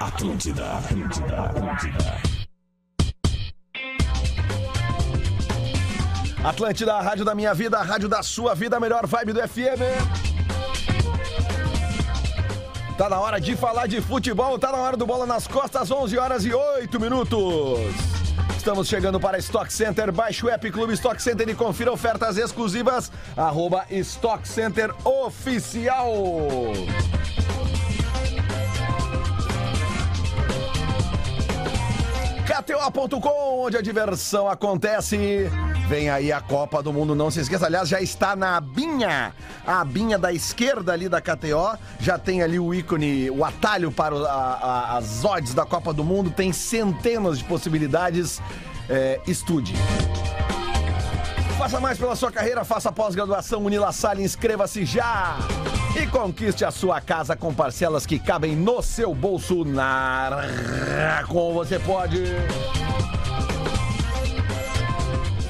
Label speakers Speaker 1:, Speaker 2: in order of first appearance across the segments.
Speaker 1: Atlântida, Atlântida, Atlântida.
Speaker 2: Atlântida, a rádio da minha vida, a rádio da sua vida, a melhor vibe do FM. Tá na hora de falar de futebol, tá na hora do Bola nas Costas, 11 horas e 8 minutos. Estamos chegando para Stock Center, baixe o app Clube Stock Center e confira ofertas exclusivas, arroba Stock Center Oficial. KTO.com, onde a diversão acontece. Vem aí a Copa do Mundo, não se esqueça. Aliás, já está na abinha, a abinha da esquerda ali da KTO. Já tem ali o ícone, o atalho para o- a- a- as odds da Copa do Mundo. Tem centenas de possibilidades. É, estude. Faça mais pela sua carreira, faça pós-graduação Unila Salle, inscreva-se já! E conquiste a sua casa com parcelas que cabem no seu bolso na como você pode.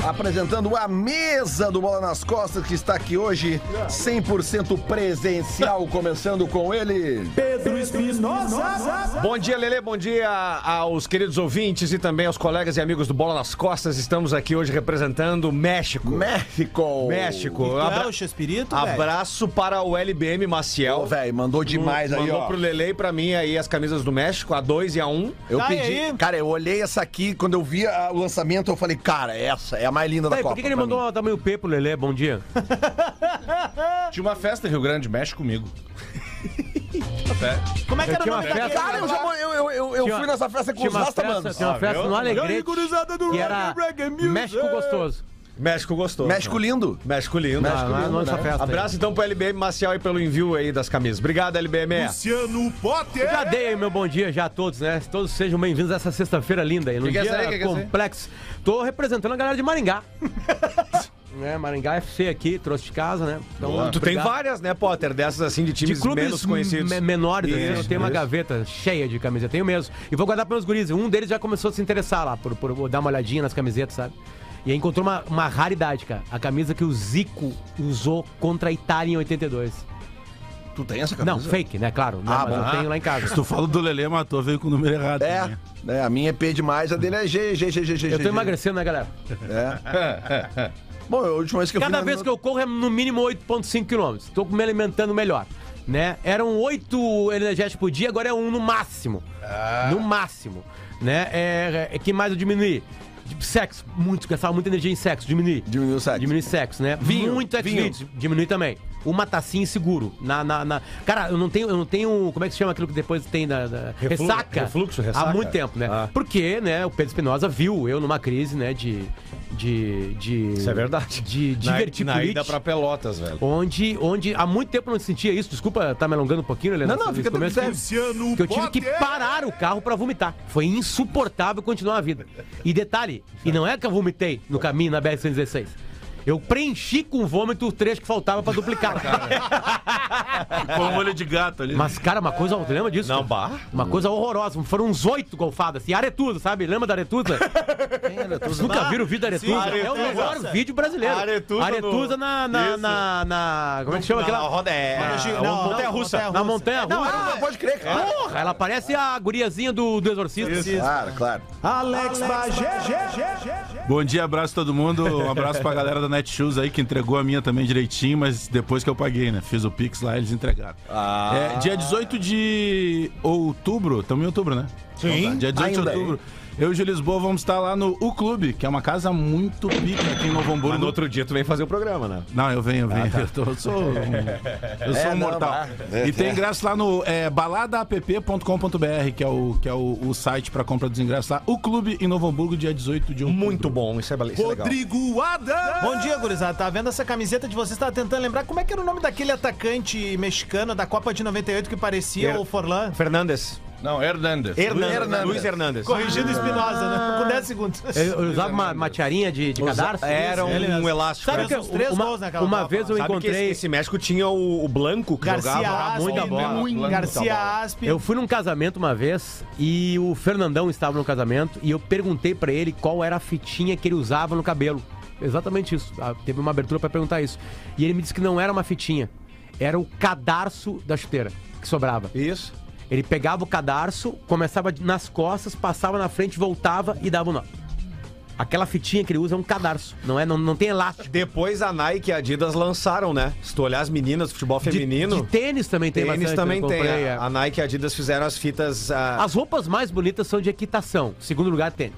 Speaker 2: Apresentando a mesa do Bola nas Costas, que está aqui hoje 100% presencial, começando com ele.
Speaker 1: Pedro Espinosa.
Speaker 3: Bom dia, Lele. Bom dia aos queridos ouvintes e também aos colegas e amigos do Bola nas Costas. Estamos aqui hoje representando o México.
Speaker 2: México!
Speaker 3: México.
Speaker 4: então,
Speaker 5: Abra...
Speaker 3: Abra-
Speaker 5: é o Chespirito, velho.
Speaker 3: Abraço para o LBM Maciel.
Speaker 2: Ô, velho, mandou demais aí,
Speaker 3: Hum, Mandou
Speaker 2: ó.
Speaker 3: pro Lele e pra mim aí as camisas do México, a 2 e a 1. Um.
Speaker 2: Eu
Speaker 5: Tá, e
Speaker 2: pedi,
Speaker 5: aí?
Speaker 2: cara, eu olhei essa aqui, quando eu vi a- o lançamento, eu falei, cara, essa é a mais linda da
Speaker 4: Tá, e
Speaker 2: Copa.
Speaker 4: por que, que ele
Speaker 2: pra
Speaker 4: mandou
Speaker 2: mim.
Speaker 4: uma tamanho P pro Lelê? Bom dia.
Speaker 6: Tinha uma festa em Rio Grande, mexe comigo.
Speaker 5: Como é que
Speaker 4: Eu
Speaker 5: era o
Speaker 4: tinha
Speaker 5: nome
Speaker 4: uma
Speaker 5: daquele?
Speaker 4: festa-
Speaker 2: Cara, eu já mo- eu, eu, eu, eu
Speaker 4: Tinha-
Speaker 2: fui nessa festa com
Speaker 4: Tinha
Speaker 2: os
Speaker 4: uma festa,
Speaker 2: Rastamanos.
Speaker 4: tinha uma
Speaker 6: Ah,
Speaker 4: festa no Alegrete
Speaker 5: do
Speaker 4: e era México Gostoso.
Speaker 3: México gostou.
Speaker 2: México lindo.
Speaker 3: México lindo. é
Speaker 2: México
Speaker 4: Ah,
Speaker 2: lindo,
Speaker 4: não, essa
Speaker 2: né?
Speaker 4: festa aí.
Speaker 3: Abraço então pro LBM Maciel e pelo envio aí das camisas. Obrigado, LBM.
Speaker 6: Luciano Potter.
Speaker 5: é?
Speaker 4: Já dei aí meu bom dia já a todos, né? Todos sejam bem-vindos a essa sexta-feira linda aí. Num
Speaker 6: que é
Speaker 4: dia
Speaker 6: isso aí? Que que é isso aí?
Speaker 4: complexo. Tô representando a galera de Maringá. né? Maringá FC aqui, trouxe de casa, né? Então,
Speaker 3: Tu tem várias, né, Potter? Dessas assim de
Speaker 4: De
Speaker 3: times menos
Speaker 4: clubes
Speaker 3: conhecidos.
Speaker 4: me- menores, assim,
Speaker 3: Isso,
Speaker 4: eu tenho uma
Speaker 3: isso.
Speaker 4: gaveta cheia de camiseta, tenho mesmo. E vou guardar para meus guris. Um deles já começou a se interessar lá, por, por dar uma olhadinha nas camisetas, sabe? E aí encontrou uma, uma raridade, cara. A camisa que o Zico usou contra a Itália em 82.
Speaker 2: Tu tem essa
Speaker 4: Não, fake, né? Claro. Não,
Speaker 2: Ah,
Speaker 4: mas
Speaker 2: bom.
Speaker 4: eu tenho lá em casa.
Speaker 6: Tu fala do Lelê matou, veio com o número errado.
Speaker 2: É, né, a minha é P demais, a dele é G, G, G, G, G.
Speaker 4: Eu
Speaker 2: G,
Speaker 4: tô
Speaker 2: G.
Speaker 4: emagrecendo, né, galera?
Speaker 2: Bom, a última vez que eu
Speaker 4: Cada
Speaker 2: fui
Speaker 4: vez que eu corro é no mínimo 8,5 km. Tô me alimentando melhor. Né? Eram oito energéticos por dia, agora é um no máximo. No máximo. Né? É, é, que mais eu diminuí? Tipo, Sexo, muito, gastava muita energia em sexo, diminui.
Speaker 2: Diminuiu o sexo.
Speaker 4: Diminui sexo, né?
Speaker 2: Vinho,
Speaker 4: muito
Speaker 2: vinho.
Speaker 4: Xvideos, diminui também. Uma tacinha seguro. Na, na, na- Cara, eu não tenho, eu não tenho. Como é que se chama aquilo que depois tem na. na-
Speaker 3: Reflu-
Speaker 4: Ressaca?
Speaker 3: refluxo, ressaca.
Speaker 4: Há muito tempo, né?
Speaker 3: Ah.
Speaker 4: Porque, né, o Pedro Espinosa viu eu numa crise, né, de. De. de
Speaker 3: Isso é verdade.
Speaker 4: De
Speaker 3: Na- Na, ida
Speaker 4: diverticulite.
Speaker 3: pra Pelotas, velho.
Speaker 4: Onde, onde há muito tempo eu não sentia isso. Desculpa estar me alongando um pouquinho, Helena.
Speaker 2: Não, não, fica
Speaker 4: começo,
Speaker 2: tranquilo. é um
Speaker 4: que, que eu tive que parar o carro pra vomitar. Foi insuportável continuar a vida. E detalhe, e não é que eu vomitei no caminho na BR-116. Eu preenchi com vômito o trecho que faltava pra duplicar.
Speaker 6: Com um olho de gato ali.
Speaker 4: Mas, cara, uma coisa, tu lembra disso?
Speaker 3: Não,
Speaker 4: cara?
Speaker 3: bah.
Speaker 4: Uma coisa horrorosa. Foram uns oito golfadas. assim, aretuza, sabe? Lembra da aretuza? Vocês nunca viram o vídeo da Aretuza?
Speaker 3: Sim,
Speaker 4: é o
Speaker 3: Aretuza.
Speaker 4: melhor vídeo brasileiro.
Speaker 3: Aretuza no-
Speaker 4: Aretuza na, na,
Speaker 3: Isso.
Speaker 4: na, na- Como é que chama
Speaker 3: Na
Speaker 4: aquela?
Speaker 3: roda é. na
Speaker 5: Não, não,
Speaker 3: montanha russa. é,
Speaker 4: Na montanha russa.
Speaker 2: Ah, pode crer, claro.
Speaker 4: Porra, ela parece a guriazinha do, do Exorcista.
Speaker 2: Claro, claro.
Speaker 5: Alex Bagé.
Speaker 6: Bom dia, abraço a todo mundo. Um abraço pra galera da Netshoes aí que entregou a minha também direitinho, mas depois que eu paguei, né? Fiz o Pix lá, eles entregaram.
Speaker 2: Ah.
Speaker 6: É, dia 18 de outubro, estamos em outubro, né? Sim. Dia 18
Speaker 2: Ainda. é.
Speaker 6: de outubro. Eu e o Lisboa vamos estar lá no U Clube, que é uma casa muito pica aqui em Novo Hamburgo.
Speaker 3: Mas no outro dia tu vem fazer o programa, né?
Speaker 6: Não, eu venho, eu venho. Eu, tô- eu sou, um- eu sou um
Speaker 2: Ah, tá. É, não,
Speaker 6: mortal.
Speaker 2: bah.
Speaker 6: E tem ingresso lá no é, baladapp.com.br, que é o, que é o, o site para compra dos ingressos lá. O Clube em Novo Hamburgo, dia 18 de outubro.
Speaker 3: Muito bom, isso é, ba- isso é legal.
Speaker 6: Rodrigo Adam!
Speaker 5: Bom dia, gurizada. Tá vendo essa camiseta de vocês? Tá tentando lembrar como é que era o nome daquele atacante mexicano da Copa de 98 que parecia
Speaker 3: Era-
Speaker 5: o Forlan?
Speaker 3: Fernandes.
Speaker 6: Não, Hernandes.
Speaker 3: Hernandes.
Speaker 2: Hernandes.
Speaker 3: Luiz Hernandes.
Speaker 5: Corrigindo Espinosa, né? Com 10 segundos.
Speaker 4: Eu, Ah. eu usava uma, uma tiarinha de, de cadarço.
Speaker 3: Era
Speaker 4: Isso.
Speaker 3: um elástico.
Speaker 5: Sabe
Speaker 3: né?
Speaker 5: que eu- Os três
Speaker 4: uma,
Speaker 5: gols naquela
Speaker 4: Uma
Speaker 5: Copa.
Speaker 4: vez
Speaker 3: Sabe
Speaker 4: eu
Speaker 3: que esse,
Speaker 4: encontrei.
Speaker 3: esse México tinha o, o Blanco que jogava.
Speaker 5: Garcia
Speaker 4: jogava muita bola.
Speaker 5: Aspi. Garcia Aspi.
Speaker 4: Eu fui num casamento uma vez e o Fernandão estava no casamento e eu perguntei pra ele qual era a fitinha que ele usava no cabelo. Exatamente isso. Ah, Teve uma abertura pra perguntar isso. E ele me disse que não era uma fitinha, era o cadarço da chuteira que sobrava.
Speaker 3: Isso.
Speaker 4: Ele pegava o cadarço, começava de- nas costas, passava na frente, voltava e dava o nó. Aquela fitinha que ele usa é um cadarço, não é? Não, não tem elástico.
Speaker 7: Depois a Nike e a Adidas lançaram, né? Se tu olhar as meninas do futebol feminino,
Speaker 4: De, de tênis também tem
Speaker 7: tênis
Speaker 4: bastante,
Speaker 7: também
Speaker 4: eu
Speaker 7: tem.
Speaker 4: comprei, é.
Speaker 7: a, a Nike e a Adidas fizeram as fitas. ah,
Speaker 4: As roupas mais bonitas são de equitação. Segundo lugar, tênis.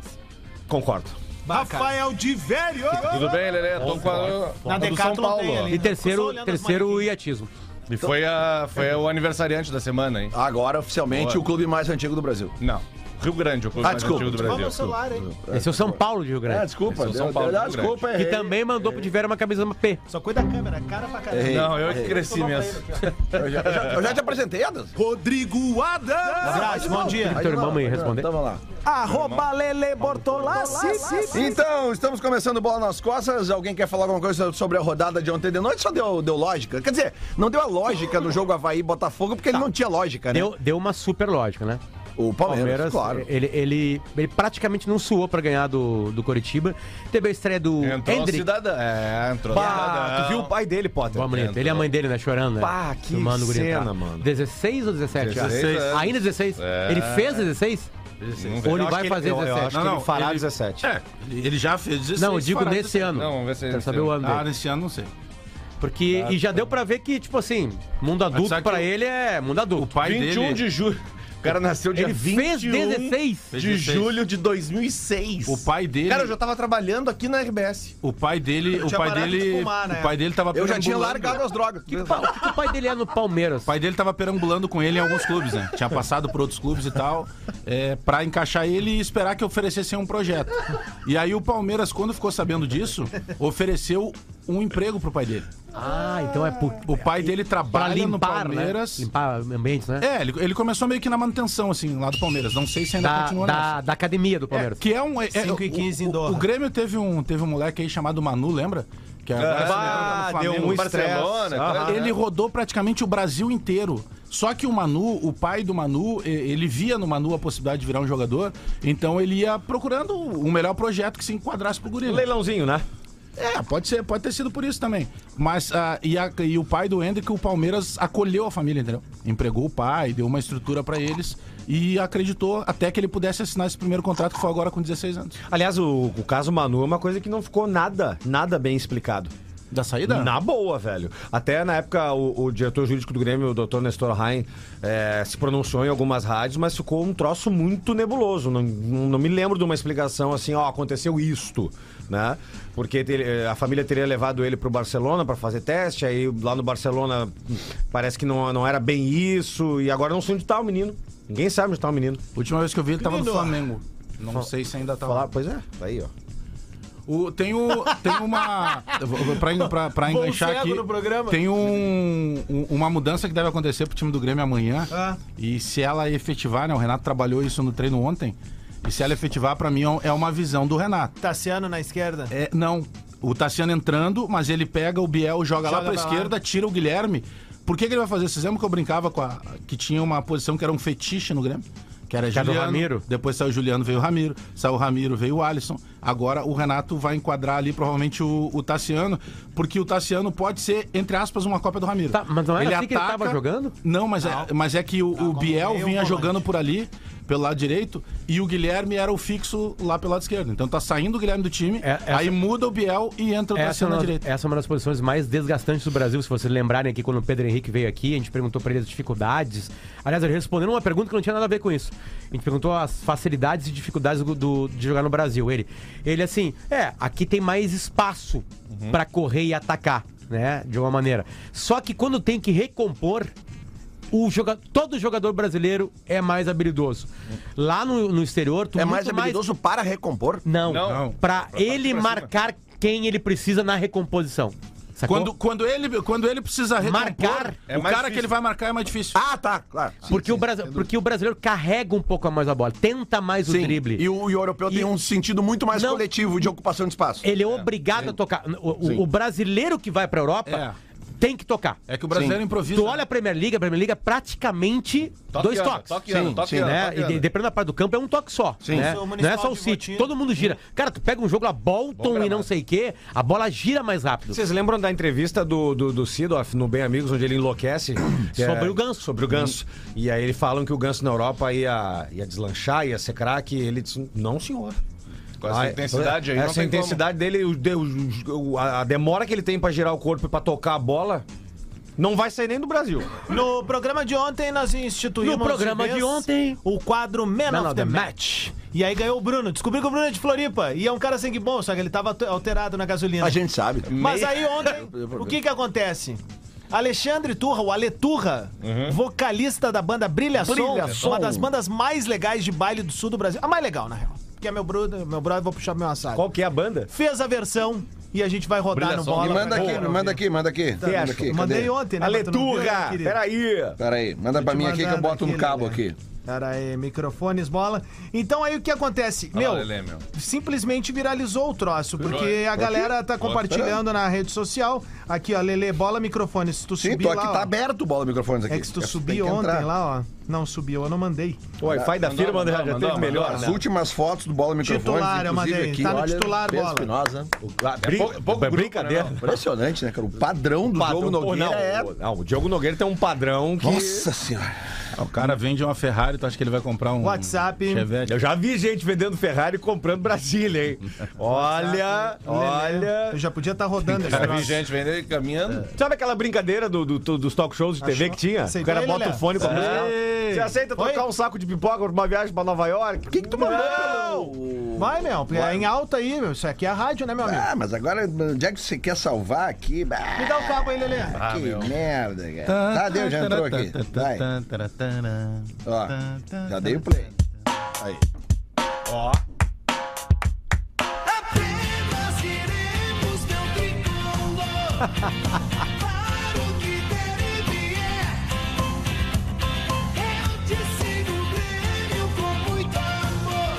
Speaker 7: Concordo.
Speaker 4: Ah,
Speaker 5: Rafael de velho!
Speaker 8: Tudo bem, Lelê?
Speaker 2: então
Speaker 8: Tô com
Speaker 2: é
Speaker 8: a,
Speaker 5: Na
Speaker 8: a do São
Speaker 5: Decathlon tem
Speaker 8: Paulo.
Speaker 5: ali. né?
Speaker 4: E terceiro, terceiro o iatismo.
Speaker 8: E foi, a, foi o aniversariante da semana, hein?
Speaker 2: Agora, oficialmente,
Speaker 8: Boa.
Speaker 2: o clube mais antigo do Brasil.
Speaker 8: Não. Rio Grande, o clube
Speaker 2: Ah,
Speaker 8: mais
Speaker 2: desculpa,
Speaker 8: antigo do
Speaker 5: Olha
Speaker 8: Brasil.
Speaker 5: o celular, hein?
Speaker 4: Esse é o São Paulo de Rio
Speaker 2: Ah,
Speaker 4: Grande.
Speaker 2: desculpa.
Speaker 8: Esse é o
Speaker 2: deu-
Speaker 8: São Paulo
Speaker 2: deu-
Speaker 8: do Rio
Speaker 2: desculpa,
Speaker 4: Que
Speaker 7: É,
Speaker 2: errei.
Speaker 4: também mandou pro Tiver uma camisa
Speaker 7: né?
Speaker 4: P.
Speaker 5: Só cuida da câmera, cara pra
Speaker 6: É,
Speaker 5: caramba.
Speaker 2: Errei.
Speaker 8: Não, eu que cresci mesmo.
Speaker 2: Eu já, eu já- eu já te apresentei, Adas?
Speaker 5: Rodrigo Adams! Bom dia.
Speaker 4: Teu irmão me responder.
Speaker 2: Então vamos lá.
Speaker 5: Arroba Lele Bortolassi.
Speaker 2: Então, estamos começando bola nas costas. Alguém quer falar alguma coisa sobre a rodada de ontem de noite? Só deu, deu lógica. Quer dizer, não deu a lógica no jogo Havaí e Botafogo, porque
Speaker 8: Tá.
Speaker 2: ele não tinha lógica, né?
Speaker 4: Deu, deu uma super lógica, né?
Speaker 2: O Palmeiras, claro.
Speaker 4: Ele, ele, ele praticamente não suou pra ganhar do, do Coritiba. Teve a estreia do
Speaker 8: Entrou o
Speaker 4: Hendrick.
Speaker 8: cidadão. É, entrou o
Speaker 7: Ah, tu
Speaker 8: cidadão.
Speaker 7: viu o pai dele, Potter?
Speaker 4: Ó, bonito. Ele e a mãe dele, né? Chorando. né?
Speaker 7: Pá, que
Speaker 4: Filmando o guri
Speaker 7: cena,
Speaker 4: entrar.
Speaker 7: mano.
Speaker 4: 16 ou 17?
Speaker 8: 16
Speaker 4: já?
Speaker 8: anos.
Speaker 4: Ainda 16?
Speaker 8: É.
Speaker 4: Ele fez 16?
Speaker 8: Não
Speaker 4: Ou
Speaker 8: vejo.
Speaker 4: ele
Speaker 7: acho
Speaker 4: vai
Speaker 7: que ele-
Speaker 4: fazer
Speaker 7: eu- eu acho
Speaker 4: 17?
Speaker 7: que ele fará
Speaker 8: ele-
Speaker 7: 17.
Speaker 6: É, ele já fez 16.
Speaker 4: Não, eu digo
Speaker 6: fará
Speaker 4: nesse
Speaker 6: 17.
Speaker 4: ano.
Speaker 8: Não, vamos ver se
Speaker 4: Quero
Speaker 8: ele
Speaker 4: saber
Speaker 8: tem.
Speaker 4: o ano
Speaker 6: Ah,
Speaker 4: dele.
Speaker 6: nesse ano não sei.
Speaker 4: Porque, e já deu pra ver que, tipo assim, mundo adulto
Speaker 6: sabe
Speaker 4: pra
Speaker 6: que o-
Speaker 4: ele é mundo
Speaker 6: O
Speaker 4: adulto.
Speaker 6: pai
Speaker 8: 21
Speaker 6: dele.
Speaker 8: de julho. O cara nasceu
Speaker 2: é
Speaker 8: dia
Speaker 4: Ele
Speaker 8: 21
Speaker 4: fez 16.
Speaker 8: de
Speaker 6: 16.
Speaker 8: julho de 2006.
Speaker 6: O pai dele.
Speaker 8: Cara, eu já tava trabalhando aqui na RBS.
Speaker 6: O pai dele. O
Speaker 5: tinha
Speaker 6: pai
Speaker 5: parado de
Speaker 6: dele.
Speaker 5: fumar, né?
Speaker 6: O pai dele tava
Speaker 2: Eu já tinha
Speaker 6: perambulando.
Speaker 2: largado as drogas.
Speaker 4: Pa- O que, que o pai dele é no Palmeiras?
Speaker 6: O pai dele tava perambulando com ele em alguns clubes, né? Tinha passado por outros clubes e tal, é, para encaixar ele e esperar que oferecessem um projeto. E aí o Palmeiras, quando ficou sabendo disso, ofereceu um emprego pro pai dele.
Speaker 4: Ah, então é por,
Speaker 6: O pai dele
Speaker 4: pra
Speaker 6: trabalha
Speaker 4: limpar,
Speaker 6: no Palmeiras.
Speaker 4: né? Limpar ambientes, né?
Speaker 6: É, ele, ele começou meio que na manutenção, assim, lá do Palmeiras. Não sei se ainda
Speaker 4: da,
Speaker 6: continua
Speaker 4: da, da academia do
Speaker 6: nessa. É,
Speaker 4: Palmeiras.
Speaker 6: que é um. É, é,
Speaker 5: 5 e
Speaker 6: o-
Speaker 5: 15 em
Speaker 6: o,
Speaker 5: Doha.
Speaker 6: o, Grêmio teve um, teve um moleque aí chamado Manu, lembra? Que agora se
Speaker 7: Ah,
Speaker 6: lembra, tá no
Speaker 7: deu
Speaker 6: Flamengo.
Speaker 7: um estresse.
Speaker 8: Barcelona,
Speaker 7: Aham.
Speaker 8: tá?
Speaker 6: Ele rodou praticamente o Brasil inteiro. Só que o Manu, o pai do Manu, e- ele via no Manu a possibilidade de virar um jogador, então ele ia procurando o melhor projeto que se enquadrasse pro guri. né?
Speaker 7: Leilãozinho, né?
Speaker 6: É, pode ser, pode ter sido por isso também. Mas ah, e, a- e o pai do Hendrick, o Palmeiras acolheu a família, entendeu? Empregou o pai, deu uma estrutura pra eles e acreditou até que ele pudesse assinar esse primeiro contrato que foi agora com 16 anos.
Speaker 7: Aliás, o, o caso Manu é uma coisa que não ficou nada, nada bem explicado.
Speaker 6: Da saída?
Speaker 7: Na boa, velho. Até na época, o, o diretor jurídico do Grêmio, o Dr. Nestor Rain, eh, se pronunciou em algumas rádios, mas ficou um troço muito nebuloso. Não, não não me lembro de uma explicação assim, ó, aconteceu isto, né? Porque ele- eh, a família teria levado ele pro Barcelona pra fazer teste, aí lá no Barcelona hum, parece que não, não era bem isso, e agora não sei onde tá o menino. Ninguém sabe onde tá o menino.
Speaker 6: Última vez que eu vi ele tava no
Speaker 5: Menino.
Speaker 6: Flamengo. Não sei se ainda tá lá.
Speaker 7: Falar, pois é, tá aí, ó.
Speaker 6: O, tem, o, tem uma. Pra, en- pra, pra
Speaker 5: Bom
Speaker 6: enganchar
Speaker 5: cego
Speaker 6: aqui.
Speaker 5: no programa.
Speaker 6: Tem um, um- uma mudança que deve acontecer pro time do Grêmio amanhã.
Speaker 5: Ah.
Speaker 6: E se ela efetivar, né? O Renato trabalhou isso no treino ontem. E se ela efetivar, pra mim, é um- é uma visão do Renato.
Speaker 5: Tassiano na esquerda.
Speaker 6: É, não. O Tassiano entrando, mas ele pega o Biel, joga, lá
Speaker 5: Joga
Speaker 6: pra
Speaker 5: pra lá.
Speaker 6: esquerda, tira o Guilherme. Por que, que ele vai fazer? Vocês lembram que eu brincava com a. que tinha uma posição que era um fetiche no Grêmio? Que era
Speaker 4: Que era do
Speaker 6: Juliano.
Speaker 4: Ramiro.
Speaker 6: Depois saiu o Juliano, veio o Ramiro. Saiu o Ramiro, veio o Alisson. Agora o Renato vai enquadrar ali provavelmente o, o Tassiano, porque o Tassiano pode ser, entre aspas, uma cópia do Ramiro.
Speaker 4: Tá, mas não era assim que ele tava jogando?
Speaker 6: Não, mas, É, mas é que o, o Biel
Speaker 5: meio
Speaker 6: vinha
Speaker 5: volante.
Speaker 6: jogando por ali, pelo lado direito, e o Guilherme era o fixo lá pelo lado esquerdo. Então tá saindo o Guilherme do time,
Speaker 4: É, essa-
Speaker 6: aí muda o Biel e entra o
Speaker 4: Essa é,
Speaker 6: Tassiano na
Speaker 4: uma,
Speaker 6: direita.
Speaker 4: essa é uma das posições mais desgastantes do Brasil, se vocês lembrarem aqui quando o Pedro Henrique veio aqui, a gente perguntou pra ele as dificuldades. Aliás, ele respondeu uma pergunta que não tinha nada a ver com isso. A gente perguntou as facilidades e dificuldades do- do- de jogar no Brasil. Ele, ele assim, é, aqui tem mais espaço
Speaker 2: Uhum.
Speaker 4: pra correr e atacar, né, de alguma maneira. Só que quando tem que recompor, o joga... todo jogador brasileiro é mais habilidoso. Lá no, no exterior, tu
Speaker 2: Uhum. É
Speaker 4: muito
Speaker 2: mais habilidoso para recompor?
Speaker 4: Não,
Speaker 8: Não.
Speaker 4: pra ele marcar quem ele precisa na recomposição. Sacou?
Speaker 6: Quando, quando, ele, quando ele precisa
Speaker 4: é
Speaker 6: recompor,
Speaker 4: Marcar
Speaker 8: é
Speaker 6: o
Speaker 8: mais
Speaker 6: cara que
Speaker 8: difícil.
Speaker 6: ele vai marcar é mais difícil.
Speaker 2: Ah, tá, claro. Sim,
Speaker 4: porque, o Brasi- porque o brasileiro carrega um pouco a mais a bola, tenta mais
Speaker 2: sim.
Speaker 4: o drible.
Speaker 2: E o, e o europeu tem
Speaker 4: E-
Speaker 2: um sentido muito mais
Speaker 4: Não.
Speaker 2: coletivo de ocupação de espaço.
Speaker 4: Ele é, obrigado a tocar. O, o- o brasileiro que vai pra Europa. tem que tocar.
Speaker 6: É que o brasileiro improvisa.
Speaker 4: Tu olha a Premier League, a Premier League é praticamente dois toques.
Speaker 8: Toqueando,
Speaker 2: tá
Speaker 8: toqueando,
Speaker 4: né? E de- dependendo da parte do campo, é um toque só. né?
Speaker 5: Isso,
Speaker 4: Não
Speaker 5: o
Speaker 4: é
Speaker 5: Municipal
Speaker 4: só o
Speaker 5: de Hum.
Speaker 4: City.
Speaker 5: Votina.
Speaker 4: Todo mundo gira. Cara, tu pega um jogo lá, Bolton e não sei o quê, a bola gira mais rápido.
Speaker 7: Vocês lembram da entrevista do, do, do Sidoff no Bem Amigos, onde ele enlouquece? Que é-
Speaker 4: Sobre o Ganso.
Speaker 7: Sobre
Speaker 8: Uhum.
Speaker 7: o Ganso. E aí eles falam que o Ganso na Europa ia, ia deslanchar, ia ser craque. e Ele disse, não, senhor.
Speaker 8: Com essa
Speaker 7: Ah,
Speaker 8: intensidade aí, não
Speaker 7: Essa
Speaker 8: tem como.
Speaker 7: intensidade dele, o, de- o- o- a a demora que ele tem pra girar o corpo e pra tocar a bola, não vai sair nem do Brasil.
Speaker 5: No programa de ontem, nós instituímos.
Speaker 4: No programa
Speaker 5: de vez
Speaker 4: de ontem,
Speaker 5: O quadro Man,
Speaker 4: Man
Speaker 5: of
Speaker 4: of
Speaker 5: the
Speaker 4: the
Speaker 5: Match. E aí ganhou o Bruno. Descobri que o Bruno é de Floripa. E é um cara sangue bom, só que ele tava t- alterado na gasolina.
Speaker 2: A gente sabe.
Speaker 5: Mas aí ontem, o que que acontece? Alexandre Turra, o Aleturra, vocalista da banda Brilha, Som, uma das bandas mais legais de baile do sul do Brasil. A mais legal, na real. Porque é meu brother, meu brother, vou puxar meu assado.
Speaker 7: Qual que é a banda?
Speaker 5: Fez a versão e a gente vai rodar no bola.
Speaker 2: Me manda aqui, me manda aqui, manda aqui.
Speaker 5: Boa.
Speaker 2: Manda aqui,
Speaker 5: Mandei
Speaker 2: cadê?
Speaker 5: ontem, né? mas tu não viu, né,
Speaker 7: Aleturra!
Speaker 5: querido?
Speaker 7: Peraí!
Speaker 2: Pera aí, manda pra
Speaker 5: te
Speaker 2: mim aqui que eu
Speaker 5: mandar né?
Speaker 2: boto no
Speaker 5: daqui,
Speaker 2: cabo
Speaker 5: Lelé.
Speaker 2: aqui.
Speaker 5: Pera aí, microfones, bola. Então aí o que acontece?
Speaker 8: Olha
Speaker 5: Meu,
Speaker 8: lá, Lelê, meu.
Speaker 5: simplesmente viralizou o troço, porque a galera tá compartilhando na rede social. Aqui, ó, Lele, bola, microfone. Se tu
Speaker 2: Sim,
Speaker 5: subir
Speaker 2: tô
Speaker 5: lá,
Speaker 2: aqui, tá
Speaker 5: ó,
Speaker 2: aberto o bola microfones aqui.
Speaker 5: é que se tu
Speaker 2: tem
Speaker 5: subir
Speaker 2: que
Speaker 5: ontem
Speaker 2: entrar.
Speaker 5: lá, ó. Não subiu, eu não mandei.
Speaker 7: O Wi-Fi da firma André, já teve melhor. né?
Speaker 2: né? As últimas fotos do bola microfones,
Speaker 5: Titular, eu
Speaker 2: inclusive
Speaker 5: mandei.
Speaker 2: aqui,
Speaker 5: Tá no
Speaker 2: olha,
Speaker 5: titular,
Speaker 2: Pedro
Speaker 5: Bola.
Speaker 2: Espinosa.
Speaker 7: Brin- é
Speaker 8: né,
Speaker 7: brincadeira.
Speaker 2: né? Impressionante, né, cara? O padrão do
Speaker 7: Padrão-
Speaker 2: Diogo Nogueira
Speaker 7: não,
Speaker 2: é...
Speaker 7: o- não, o Diogo Nogueira tem um padrão que.
Speaker 2: Nossa senhora.
Speaker 6: O cara vende uma Ferrari, tu acha que ele vai comprar um
Speaker 5: WhatsApp.
Speaker 6: Chevette?
Speaker 7: Eu já vi gente vendendo Ferrari e comprando Brasília, hein? Olha, olha.
Speaker 5: Eu já podia estar rodando esse
Speaker 8: Eu vi
Speaker 5: troço.
Speaker 8: gente vendendo e
Speaker 5: É.
Speaker 8: caminhando.
Speaker 7: Sabe aquela brincadeira do, do- do- dos talk shows de TV que tinha?
Speaker 5: Aceitou
Speaker 7: o cara
Speaker 5: ele,
Speaker 7: bota o
Speaker 5: Léo?
Speaker 7: fone com a música. Você aceita trocar
Speaker 5: Oi?
Speaker 7: um saco de pipoca pra uma viagem pra Nova York? O que, que tu mandou?
Speaker 5: Vai, meu, porque é em alta aí, meu. Isso aqui é a rádio, né, meu amigo?
Speaker 2: Ah, mas agora, onde é que você quer salvar aqui? Bah,
Speaker 5: Me dá o cabo aí, Lelê.
Speaker 2: que merda, cara. Tá, deu, já entrou aqui.
Speaker 6: tá,
Speaker 2: Vai, ó. Já dei o play. Aí.
Speaker 9: Apenas queremos teu tricolor Para o que der e vier Eu te sigo o Grêmio com muito amor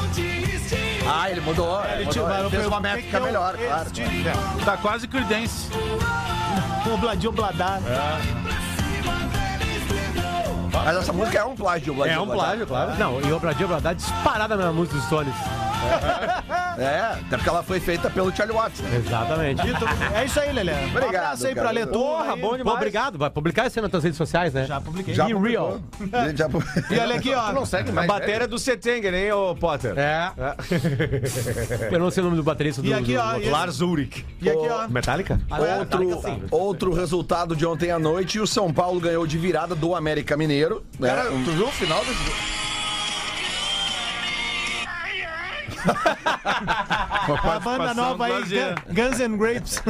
Speaker 9: Aonde estiver
Speaker 2: Ah, ele mudou. Ele mudou. Ele fez uma métrica melhor, claro.
Speaker 6: Tá quase Creedence.
Speaker 5: O Bladio Bladar.
Speaker 2: Mas essa música é um plágio, Bola.
Speaker 7: É um plágio, claro.
Speaker 4: Não, e o Brasil vai dar disparada na música dos Stones.
Speaker 2: É, até porque ela foi feita pelo Charlie Watts, né?
Speaker 4: Exatamente.
Speaker 5: Vitor, É isso aí, Lelê. Um
Speaker 2: Obrigado,
Speaker 5: abraço aí
Speaker 2: cara.
Speaker 5: pra Leturra. aí.
Speaker 4: Pô, obrigado. Vai publicar isso aí nas tuas redes sociais, né?
Speaker 5: Já publiquei.
Speaker 2: Já né?
Speaker 4: Be
Speaker 2: publicou.
Speaker 4: real.
Speaker 2: Ele já pu-
Speaker 5: E olha aqui, ó.
Speaker 8: Consegue
Speaker 7: A
Speaker 8: mais.
Speaker 7: bateria do Settenger, hein, ô Potter?
Speaker 4: É. Eu não sei o nome do baterista do.
Speaker 5: E aqui, ó.
Speaker 4: do-
Speaker 5: esse-
Speaker 7: Lars Ulrich.
Speaker 5: E aqui, ó.
Speaker 7: Metallica?
Speaker 2: Outro, outro resultado de ontem à noite, o São Paulo ganhou de virada do América Mineiro. né?
Speaker 8: Cara, tu viu o final desse jogo?
Speaker 5: A banda nova aí, Gun- Guns N' Grapes.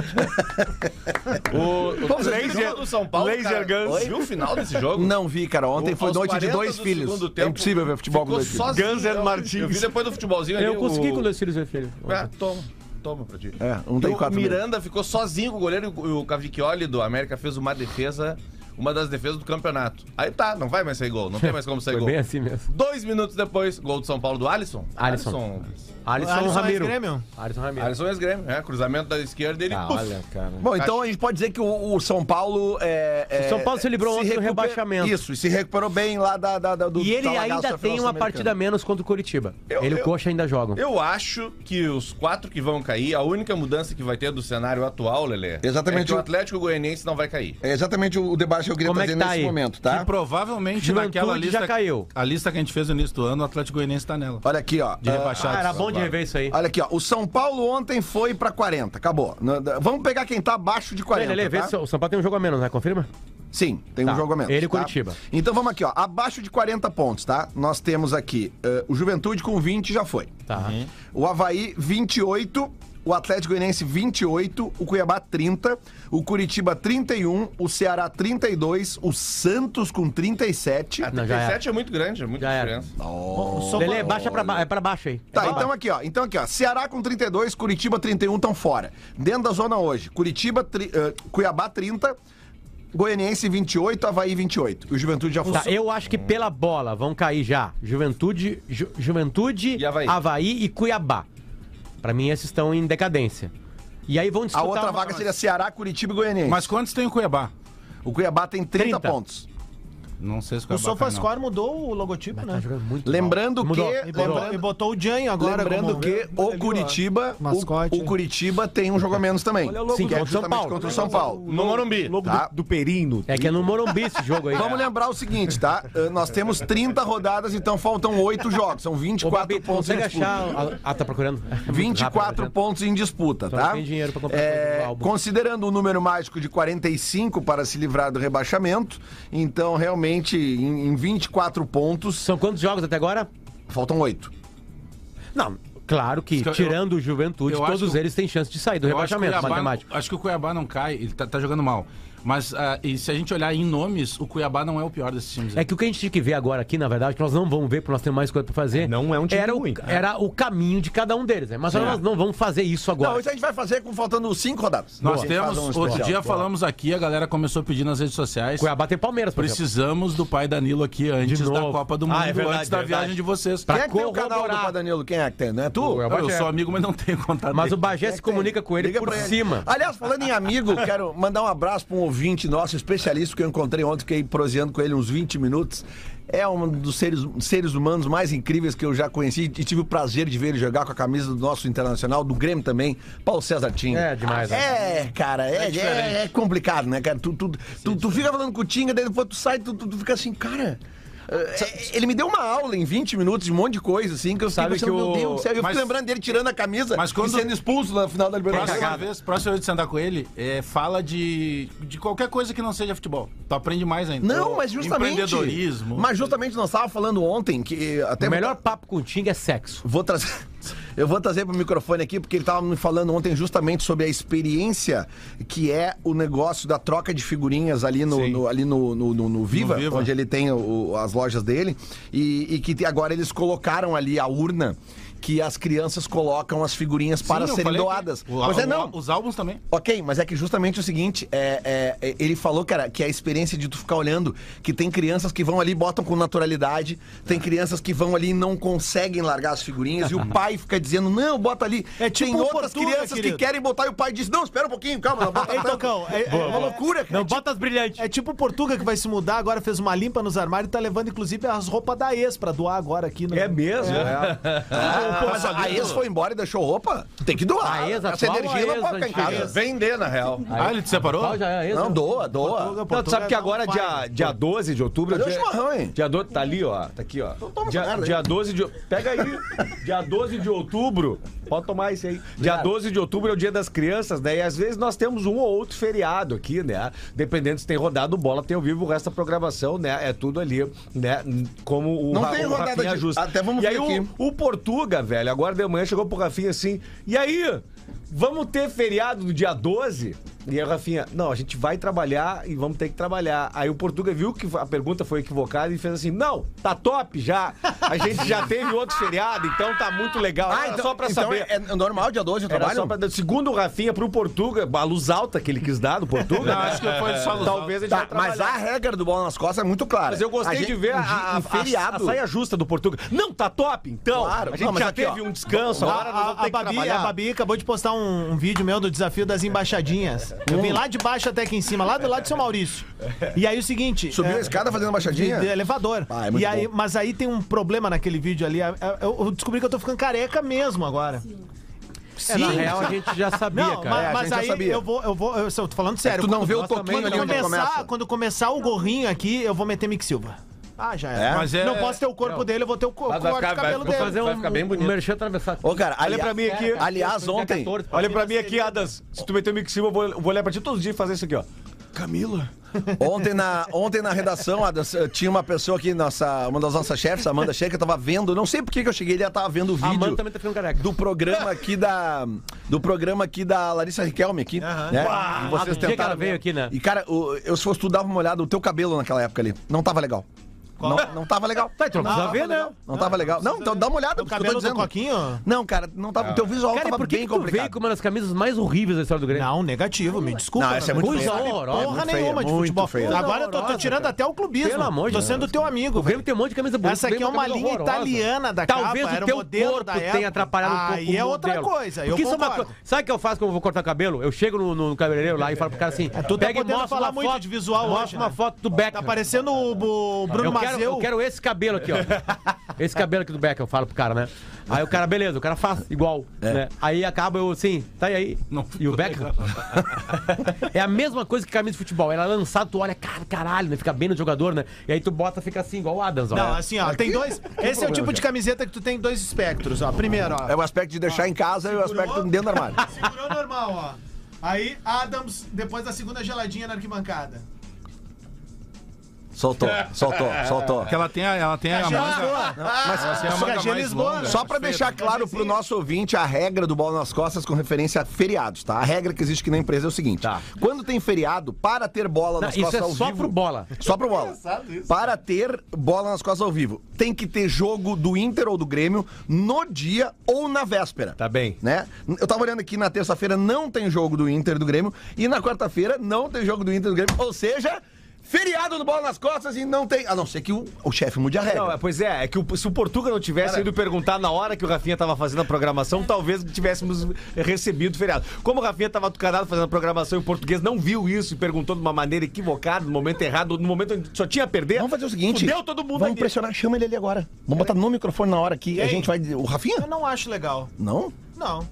Speaker 7: Tá
Speaker 8: O, o
Speaker 7: Laser-
Speaker 8: laser do São Paulo.
Speaker 7: Laser
Speaker 8: cara,
Speaker 7: Guns.
Speaker 8: Oi? Viu o final desse jogo?
Speaker 2: Não vi, cara. Ontem
Speaker 8: O-
Speaker 2: foi
Speaker 8: aos
Speaker 2: noite de
Speaker 8: 40
Speaker 2: dois
Speaker 8: do
Speaker 2: filhos.
Speaker 8: segundo
Speaker 2: é
Speaker 8: tempo,
Speaker 2: impossível ver futebol com
Speaker 8: Ficou
Speaker 2: dois filhos.
Speaker 8: sozinho.
Speaker 7: Guns and
Speaker 8: Eu-
Speaker 7: Martins.
Speaker 8: Eu vi depois do futebolzinho ali.
Speaker 4: Eu consegui
Speaker 8: o...
Speaker 4: com dois filhos, meu filho.
Speaker 7: É.
Speaker 8: Ah, toma. Toma pra ti.
Speaker 2: É, um tem
Speaker 8: o
Speaker 2: quatro
Speaker 8: Miranda ficou sozinho com o goleiro e o- e o Cavicchioli do América fez uma defesa, uma das defesas do campeonato. Aí tá, não vai mais sair gol, não tem mais como sair
Speaker 4: Foi
Speaker 8: gol.
Speaker 4: bem assim mesmo.
Speaker 8: Dois minutos depois, gol do São Paulo do Alisson.
Speaker 4: Alisson. Alisson,
Speaker 5: Alisson
Speaker 4: Ramiro.
Speaker 5: ex-Grêmio.
Speaker 4: Alisson Ramiro.
Speaker 8: Alisson é Grêmio, é, cruzamento da esquerda, ele puf,
Speaker 7: Olha, cara.
Speaker 2: Bom, então a gente pode dizer que o, o São Paulo é, é,
Speaker 4: São Paulo se livrou ontem do
Speaker 2: recuper-
Speaker 4: rebaixamento.
Speaker 2: Isso, e se recuperou bem lá da, da- da- do
Speaker 4: E ele
Speaker 2: talagaço da
Speaker 4: ainda
Speaker 2: final
Speaker 4: tem uma
Speaker 2: sul-americana.
Speaker 4: partida a menos contra o Curitiba.
Speaker 8: Eu-
Speaker 4: ele e o
Speaker 8: eu-
Speaker 4: Coxa ainda jogam.
Speaker 8: Eu acho que os quatro que vão cair, a única mudança que vai ter do cenário atual, Lelê,
Speaker 2: Exatamente
Speaker 8: é que o
Speaker 2: o-
Speaker 8: Atlético Goianiense não vai cair.
Speaker 2: É exatamente o o debate que eu queria
Speaker 4: Como é
Speaker 2: trazer
Speaker 4: que tá
Speaker 2: nesse
Speaker 4: aí?
Speaker 2: momento, tá?
Speaker 6: E provavelmente
Speaker 4: Juventude
Speaker 6: naquela
Speaker 4: já
Speaker 6: lista.
Speaker 4: caiu.
Speaker 6: A lista que a gente fez no início do ano, o Atlético Goianiense tá nela.
Speaker 2: Olha aqui, ó.
Speaker 6: De
Speaker 2: Ah,
Speaker 6: rebaixados.
Speaker 4: rever isso aí.
Speaker 2: Olha aqui, ó. O São Paulo ontem foi pra 40, acabou. Na- da- Vamos pegar quem tá abaixo de 40.
Speaker 4: Lelê, vê
Speaker 2: tá?
Speaker 4: se o São Paulo tem um jogo a menos, né? Confirma?
Speaker 2: Sim, tem
Speaker 4: Tá.
Speaker 2: um jogo a menos.
Speaker 4: Ele
Speaker 2: tá?
Speaker 4: e Curitiba.
Speaker 2: Então vamos aqui, ó. Abaixo de 40 pontos, tá? Nós temos aqui eh, o Juventude com 20 já foi.
Speaker 4: Tá.
Speaker 2: O Havaí, 28. O Atlético Goianiense, 28. O Cuiabá, 30. O Curitiba, 31. O Ceará, 32. O Santos, com 37.
Speaker 8: Ah,
Speaker 4: Não, já
Speaker 8: 37 é muito grande, é muita
Speaker 4: Já era.
Speaker 8: diferença.
Speaker 5: Só
Speaker 4: Lelê,
Speaker 5: pra-
Speaker 4: baixa pra, ba- é pra baixo aí.
Speaker 2: Tá,
Speaker 4: É pra
Speaker 2: então
Speaker 4: baixo.
Speaker 2: aqui, ó. Então aqui, ó. Ceará com 32, Curitiba 31 estão fora. Dentro da zona hoje, Curitiba, tri- eh, Cuiabá 30, Goianiense 28, Havaí 28. E o Juventude já foi.
Speaker 4: Tá, eu acho que pela bola vão cair já. Juventude, Ju- Juventude
Speaker 8: E Avaí.
Speaker 4: Avaí e Cuiabá. Pra mim, esses estão em decadência. E aí vão disputar
Speaker 2: A outra
Speaker 4: uma-
Speaker 2: vaga seria Ceará, Curitiba e Goianiense.
Speaker 6: Mas quantos tem o Cuiabá?
Speaker 2: o Cuiabá tem 30,
Speaker 4: 30.
Speaker 2: pontos.
Speaker 6: Não sei se o
Speaker 5: O
Speaker 6: Cuiabá cai, não.
Speaker 5: SofaScore mudou o logotipo,
Speaker 4: tá
Speaker 5: né?
Speaker 2: Lembrando
Speaker 4: Mudou.
Speaker 7: Tá
Speaker 2: que.
Speaker 5: E botou, e
Speaker 2: lembrando-
Speaker 5: botou o Jan agora.
Speaker 2: Lembrando
Speaker 5: como-
Speaker 2: que o Curitiba,
Speaker 5: Mascote,
Speaker 2: o, o
Speaker 5: hein?
Speaker 2: Curitiba tem um jogo a menos também.
Speaker 4: Sim,
Speaker 2: que é
Speaker 4: contra o São
Speaker 2: justamente
Speaker 4: Paulo.
Speaker 2: contra o São Paulo.
Speaker 8: No Morumbi.
Speaker 2: Tá?
Speaker 7: Do Perino.
Speaker 4: É que é no Morumbi esse jogo aí.
Speaker 2: Vamos lembrar o seguinte, tá? Uh, Nós temos 30 rodadas, então faltam 8 jogos. São
Speaker 4: Ô,
Speaker 2: 24
Speaker 4: Babi, tu
Speaker 2: pontos em
Speaker 4: consegue
Speaker 2: disputa.
Speaker 4: achar... Ah, tá procurando? É muito
Speaker 2: 24
Speaker 4: rápido,
Speaker 2: pontos em disputa,
Speaker 4: Então
Speaker 2: tá?
Speaker 4: tem dinheiro pra comprar coisa
Speaker 2: é,
Speaker 4: no álbum.
Speaker 2: considerando o número mágico de 45 para se livrar do rebaixamento, então realmente em, em 24 pontos
Speaker 4: São quantos jogos até agora?
Speaker 2: faltam 8.
Speaker 4: Não, claro que,
Speaker 6: que eu-
Speaker 4: tirando o Juventude,
Speaker 6: eu acho
Speaker 4: todos
Speaker 6: que-
Speaker 4: eles têm chance de sair do
Speaker 6: Eu acho que o
Speaker 4: rebaixamento
Speaker 6: Cuiabá-
Speaker 4: matemático.
Speaker 6: Acho que o Cuiabá não cai, ele tá, tá jogando mal. Mas ah, e se a gente olhar em nomes, o Cuiabá não é o pior desses times. aí.
Speaker 4: É que o que a gente tinha que ver agora aqui, na verdade, que nós não vamos ver, porque nós temos mais coisa pra fazer.
Speaker 7: Não é um time
Speaker 4: era
Speaker 7: ruim.
Speaker 4: O, era o caminho de cada um deles, né? Mas nós não vamos fazer isso agora.
Speaker 2: Não, hoje a gente vai fazer com faltando 5 rodadas.
Speaker 6: Nós
Speaker 2: Boa.
Speaker 6: temos,
Speaker 2: Faz um
Speaker 6: outro
Speaker 2: especial.
Speaker 6: dia falamos aqui, a galera começou a pedir nas redes sociais.
Speaker 4: Cuiabá tem Palmeiras, por exemplo.
Speaker 6: Precisamos do pai Danilo aqui antes
Speaker 4: De
Speaker 6: da
Speaker 4: novo.
Speaker 6: Copa do Mundo,
Speaker 2: Ah,
Speaker 7: é verdade,
Speaker 6: antes da
Speaker 7: verdade.
Speaker 6: viagem de vocês.
Speaker 2: Quem é que tem o canal do
Speaker 4: corroborar.
Speaker 2: Padanilo? Quem é que tem? Não é tu?
Speaker 6: Eu, sou amigo, mas não tenho contato.
Speaker 4: Mas o
Speaker 6: dele.
Speaker 4: Bagé se comunica com ele
Speaker 2: é Liga
Speaker 4: por
Speaker 2: pra ele. Ah,
Speaker 4: cima.
Speaker 2: Aliás, falando em amigo, quero mandar um abraço para um ouvinte nosso, especialista, que eu encontrei ontem, fiquei proseando com ele uns 20 minutos. É um dos seres, seres humanos mais incríveis que eu já conheci e tive o prazer de ver ele jogar com a camisa do nosso internacional, do Grêmio também, Paulo César Tinga.
Speaker 4: É demais,
Speaker 2: É, cara, é, é, é complicado, né, cara? Tu, tu, tu, tu fica falando com o Tinga, daí depois tu sai, tu, tu, tu fica assim, cara. é, Ele me deu uma aula em 20 minutos de um monte de coisa, assim, que eu
Speaker 4: Sabe
Speaker 2: fiquei pensando,
Speaker 4: que o-
Speaker 2: meu Deus do céu. Eu
Speaker 6: Mas-
Speaker 2: fico lembrando dele tirando a camisa
Speaker 6: Mas quando-
Speaker 2: e sendo expulso na final da Libertadores.
Speaker 6: Próxima vez, próxima vez de você andar com ele, é, fala de, de qualquer coisa que não seja futebol. Tu aprende mais ainda.
Speaker 2: Não,
Speaker 6: Ou
Speaker 2: mas justamente.
Speaker 6: Empreendedorismo.
Speaker 2: Mas justamente nós estávamos falando ontem que até.
Speaker 4: O melhor papo com o Tinga é sexo.
Speaker 2: Vou trazer. Eu vou trazer pro microfone aqui, porque ele tava me falando ontem justamente sobre a experiência que é o negócio da troca de figurinhas ali no, no- ali no, no, no- no Viva,
Speaker 6: No Viva.
Speaker 2: onde ele tem o- as lojas dele, e, e que agora eles colocaram ali a urna que as crianças colocam as figurinhas
Speaker 6: Sim,
Speaker 2: para
Speaker 6: eu
Speaker 2: serem
Speaker 6: falei que-
Speaker 2: doadas.
Speaker 6: o-
Speaker 2: Mas é
Speaker 6: o-
Speaker 2: não.
Speaker 6: Os álbuns também.
Speaker 2: Ok, mas é que justamente o seguinte, é, é, é, ele falou, cara, que a experiência de tu ficar olhando, que tem crianças que vão ali e botam com naturalidade, tem crianças que vão ali e não conseguem largar as figurinhas, e o pai fica dizendo, não, bota ali.
Speaker 5: É tipo
Speaker 2: tem
Speaker 5: o
Speaker 2: outras
Speaker 5: Portuga,
Speaker 2: crianças
Speaker 5: querido.
Speaker 2: que querem botar e o pai diz, não, espera um pouquinho, calma, não bota
Speaker 5: Ei,
Speaker 2: tanto."
Speaker 5: Tocão, é, é
Speaker 2: É uma loucura, cara.
Speaker 4: Não bota as brilhantes.
Speaker 5: É tipo o Portuga que vai se mudar, agora fez uma limpa nos armários e tá levando, inclusive, as roupas da ex pra doar agora aqui. No...
Speaker 7: É mesmo?
Speaker 8: É.
Speaker 2: Ah, mas a ex foi embora e deixou roupa? Tem que doar.
Speaker 4: A ex
Speaker 2: Essa
Speaker 4: atual
Speaker 2: energia
Speaker 4: ou a
Speaker 2: não pode
Speaker 4: ex
Speaker 2: ficar em casa.
Speaker 4: antiga?
Speaker 2: Vender, na real.
Speaker 6: Ah, ele te separou?
Speaker 4: Qual já é esse?
Speaker 2: Não, doa, doa.
Speaker 5: Portuga,
Speaker 7: Não, tu
Speaker 5: Portuga é
Speaker 7: sabe que
Speaker 5: não
Speaker 8: é
Speaker 7: agora, dia,
Speaker 5: vai.
Speaker 7: dia 12 de outubro.
Speaker 2: Cadê o
Speaker 7: dia,
Speaker 2: chimarrão, hein?
Speaker 7: Dia 12, tá ali, ó. Tá aqui, ó.
Speaker 2: Então toma essa
Speaker 7: Dia,
Speaker 2: merda aí.
Speaker 7: dia 12 de. Pega aí. dia 12 de outubro. Pode tomar isso aí. Dia 12 de outubro é o dia das crianças, né? E às vezes nós temos um ou outro feriado aqui, né? Dependendo se tem rodado bola, tem ao vivo o resto da programação, né? É tudo ali, né? Como o.
Speaker 2: Não
Speaker 7: Ra-
Speaker 2: tem
Speaker 7: o
Speaker 2: rodada
Speaker 7: Rafinha
Speaker 2: de-
Speaker 7: Justa.
Speaker 2: até vamos
Speaker 7: e
Speaker 2: ver
Speaker 7: aí
Speaker 2: aqui.
Speaker 7: O, o Portuga, velho, agora de manhã chegou pro Rafinha assim. E aí? Vamos ter feriado do dia 12? E aí, o Rafinha, não, a gente vai trabalhar e vamos ter que trabalhar. Aí o Portuga viu que a pergunta foi equivocada e fez assim: não, tá top já. A gente já teve outro feriado, então tá muito legal. Era só pra
Speaker 2: então
Speaker 7: saber.
Speaker 2: É, é normal dia 12 eu
Speaker 7: Era
Speaker 2: trabalho?
Speaker 7: só pra... Segundo o Rafinha, pro Portuga, a luz alta que ele quis dar do Portuga. né?
Speaker 6: Não, acho que foi só Luzal.
Speaker 7: Talvez a gente
Speaker 2: Tá,
Speaker 7: vai
Speaker 2: mas
Speaker 7: trabalhar.
Speaker 2: a regra do bola nas costas é muito clara.
Speaker 7: Mas eu gostei
Speaker 2: A gente-
Speaker 7: de ver a,
Speaker 2: um dia-
Speaker 7: a,
Speaker 2: um
Speaker 7: feriado.
Speaker 2: feriado.
Speaker 7: saia justa do Portuga. Não, tá top, então.
Speaker 2: Claro.
Speaker 7: A gente
Speaker 2: Não, mas
Speaker 7: já
Speaker 2: aqui,
Speaker 7: teve
Speaker 2: ó.
Speaker 7: um descanso,
Speaker 5: A,
Speaker 7: agora nós vamos
Speaker 5: a-
Speaker 7: ter
Speaker 5: a
Speaker 7: que
Speaker 5: Babi, a
Speaker 7: trabalhar.
Speaker 5: Babi acabou de postar um, um vídeo meu do desafio das embaixadinhas. Eu
Speaker 7: Hum.
Speaker 5: vim lá de baixo até aqui em cima, lá do lado de São Maurício. E aí o seguinte.
Speaker 2: Subiu
Speaker 5: é,
Speaker 2: a escada fazendo
Speaker 5: de,
Speaker 2: baixadinha?
Speaker 5: de elevador.
Speaker 2: Ah, é muito
Speaker 5: e aí,
Speaker 2: bom.
Speaker 5: mas aí tem um problema naquele vídeo ali. Eu, eu descobri que eu tô ficando careca mesmo agora.
Speaker 4: É, na real, a gente já sabia,
Speaker 5: Não,
Speaker 4: cara.
Speaker 5: mas,
Speaker 2: É, a
Speaker 5: mas
Speaker 2: gente já
Speaker 5: aí
Speaker 2: sabia. É
Speaker 5: eu vou, eu vou, eu, eu tô falando sério.
Speaker 2: tu não
Speaker 5: Quando-
Speaker 2: vê o toquinho
Speaker 5: quando
Speaker 2: ali onde
Speaker 5: começar,
Speaker 2: começa.
Speaker 5: Quando começar o gorrinho aqui, eu vou meter Mick Silva. Ah, já era.
Speaker 2: É?
Speaker 6: Mas é-
Speaker 5: Não posso ter o corpo dele, eu vou ter o co- corte
Speaker 8: vai
Speaker 5: de
Speaker 8: ficar-
Speaker 5: cabelo
Speaker 8: vai-
Speaker 5: dele.
Speaker 8: vou
Speaker 4: Fazer
Speaker 8: Vai
Speaker 4: um,
Speaker 8: ficar bem bonito.
Speaker 4: um merchan atravessado.
Speaker 2: Ô, cara, ali-
Speaker 7: Olha pra mim aqui.
Speaker 2: Aliás, ontem.
Speaker 7: Olha pra mim aqui, Adams. Se tu meter o Mick Silva, eu vou, eu vou olhar pra ti todos os dias e fazer isso aqui, ó. Camila.
Speaker 2: Ontem na, ontem na redação, Adams, eh, tinha uma pessoa aqui, nossa, uma das nossas chefes, Amanda Sheik, eu tava vendo, não sei por que que eu cheguei, ela tava vendo o
Speaker 4: A
Speaker 2: vídeo
Speaker 4: Amanda também tá ficando careca.
Speaker 2: do programa aqui da do programa aqui da Larissa Riquelme aqui, né? E
Speaker 4: Ah, do dia que ela veio aqui, né?
Speaker 2: E cara, o- eu se fosse tu dava uma olhada o teu cabelo naquela época ali, não tava legal. Não, não tava legal.
Speaker 4: Tá, então não precisa ver, né?
Speaker 2: Não tava legal. Não, então dá uma olhada
Speaker 5: É O
Speaker 2: que eu tô
Speaker 5: cabelo do
Speaker 2: dizendo.
Speaker 5: Coquinho?
Speaker 2: Não, cara, não tava, teu visual
Speaker 4: Cara, e
Speaker 2: tava
Speaker 4: por que,
Speaker 2: bem
Speaker 4: que tu veio
Speaker 2: complicado.
Speaker 4: com uma das camisas mais horríveis da história do Grêmio?
Speaker 5: Não, negativo, me desculpa.
Speaker 2: Não, essa é
Speaker 5: mas
Speaker 2: muito
Speaker 5: não
Speaker 2: feia.
Speaker 5: sabe
Speaker 4: Horrorosa. é
Speaker 5: Porra
Speaker 2: Muito feia,
Speaker 5: nenhuma de
Speaker 2: muito
Speaker 5: futebol.
Speaker 2: feia.
Speaker 5: Agora eu tô, tô tirando até o clubismo.
Speaker 4: Pelo amor de
Speaker 5: Tô sendo
Speaker 4: Deus,
Speaker 5: teu
Speaker 4: O
Speaker 5: amigo,
Speaker 4: Grêmio
Speaker 5: velho.
Speaker 4: tem um monte de camisa bonita.
Speaker 5: Essa aqui é uma linha italiana da
Speaker 4: Talvez
Speaker 5: capa,
Speaker 4: o
Speaker 5: era o
Speaker 4: teu
Speaker 5: modelo
Speaker 4: corpo
Speaker 5: da
Speaker 4: tenha
Speaker 5: época.
Speaker 4: atrapalhado um pouco
Speaker 5: Aí é
Speaker 4: o
Speaker 5: outra
Speaker 4: modelo.
Speaker 5: coisa, eu
Speaker 4: Porque isso é uma
Speaker 5: concordo.
Speaker 4: coisa- Sabe o que eu faço quando eu vou cortar cabelo? Eu chego no, no cabeleireiro lá e falo pro cara assim,
Speaker 5: tu tá
Speaker 4: pega e
Speaker 5: podendo
Speaker 4: mostra
Speaker 5: falar
Speaker 4: uma
Speaker 5: muito
Speaker 4: foto
Speaker 5: de visual
Speaker 4: mostra
Speaker 5: hoje,
Speaker 4: uma
Speaker 5: né?
Speaker 4: foto do
Speaker 5: Tá
Speaker 4: Beckham.
Speaker 5: parecendo o, o Bruno
Speaker 4: eu, quero,
Speaker 5: Mazeu.
Speaker 4: eu quero esse cabelo aqui, ó. Esse cabelo aqui do Beckham, eu falo pro cara, né? Aí o cara, beleza, o cara faz igual,
Speaker 5: É.
Speaker 4: né? Aí acaba eu assim, tá e aí?
Speaker 6: Não
Speaker 4: e o
Speaker 6: ficou
Speaker 4: Beckham? é a mesma coisa que camisa de futebol. Ela é lançada, tu olha, cara, caralho, né? Fica bem no jogador, né? E aí tu bota, fica assim, igual o Adams, ó.
Speaker 5: Não, assim, ó, tem dois. Esse é o tipo de camiseta que tu tem dois espectros, ó. Primeiro, ó.
Speaker 2: É o aspecto de deixar em casa e o aspecto dentro do armário.
Speaker 5: Segurou normal, ó. Aí, Adams, depois da segunda geladinha na arquibancada.
Speaker 2: Soltou, soltou, soltou.
Speaker 6: Porque ela tem a, ela tem a
Speaker 4: Ah,
Speaker 6: manga. Ela tem a manga
Speaker 5: Cajé
Speaker 6: mais
Speaker 5: Lisboa,
Speaker 6: longa.
Speaker 2: né? Só pra
Speaker 4: né?
Speaker 2: deixar claro pro nosso ouvinte a regra do Bola nas Costas com referência a feriados, tá? A regra que existe aqui na empresa é o seguinte: quando tem feriado, para ter bola
Speaker 4: Tá. Não,
Speaker 2: nas
Speaker 4: isso
Speaker 2: costas
Speaker 4: é
Speaker 2: ao
Speaker 4: só
Speaker 2: vivo.
Speaker 4: pro bola.
Speaker 2: Só pro bola. Para ter bola nas costas ao vivo, tem que ter jogo do Inter ou do Grêmio no dia ou na véspera.
Speaker 7: Tá bem.
Speaker 2: Né? Eu tava olhando aqui na terça-feira não tem jogo do Inter e do Grêmio e na quarta-feira não tem jogo do Inter e do Grêmio, ou seja, feriado do bola nas costas e não tem, a não ser que o, o chefe mude a regra.
Speaker 7: Não, é, pois é, é que o- se o Portuga não tivesse ido perguntar na hora que o Rafinha tava fazendo a programação, talvez tivéssemos recebido o feriado. Como o Rafinha tava do canal fazendo a programação e o português não viu isso e perguntou de uma maneira equivocada, no momento errado, no momento onde só tinha a perder.
Speaker 2: Vamos fazer o seguinte.
Speaker 7: Deu todo mundo
Speaker 2: Vamos
Speaker 7: aqui.
Speaker 2: pressionar, chama ele ali agora. Vamos botar no microfone na hora aqui. A gente vai. O
Speaker 5: Eu
Speaker 2: Rafinha?
Speaker 5: não acho legal.
Speaker 2: Não?
Speaker 5: Não.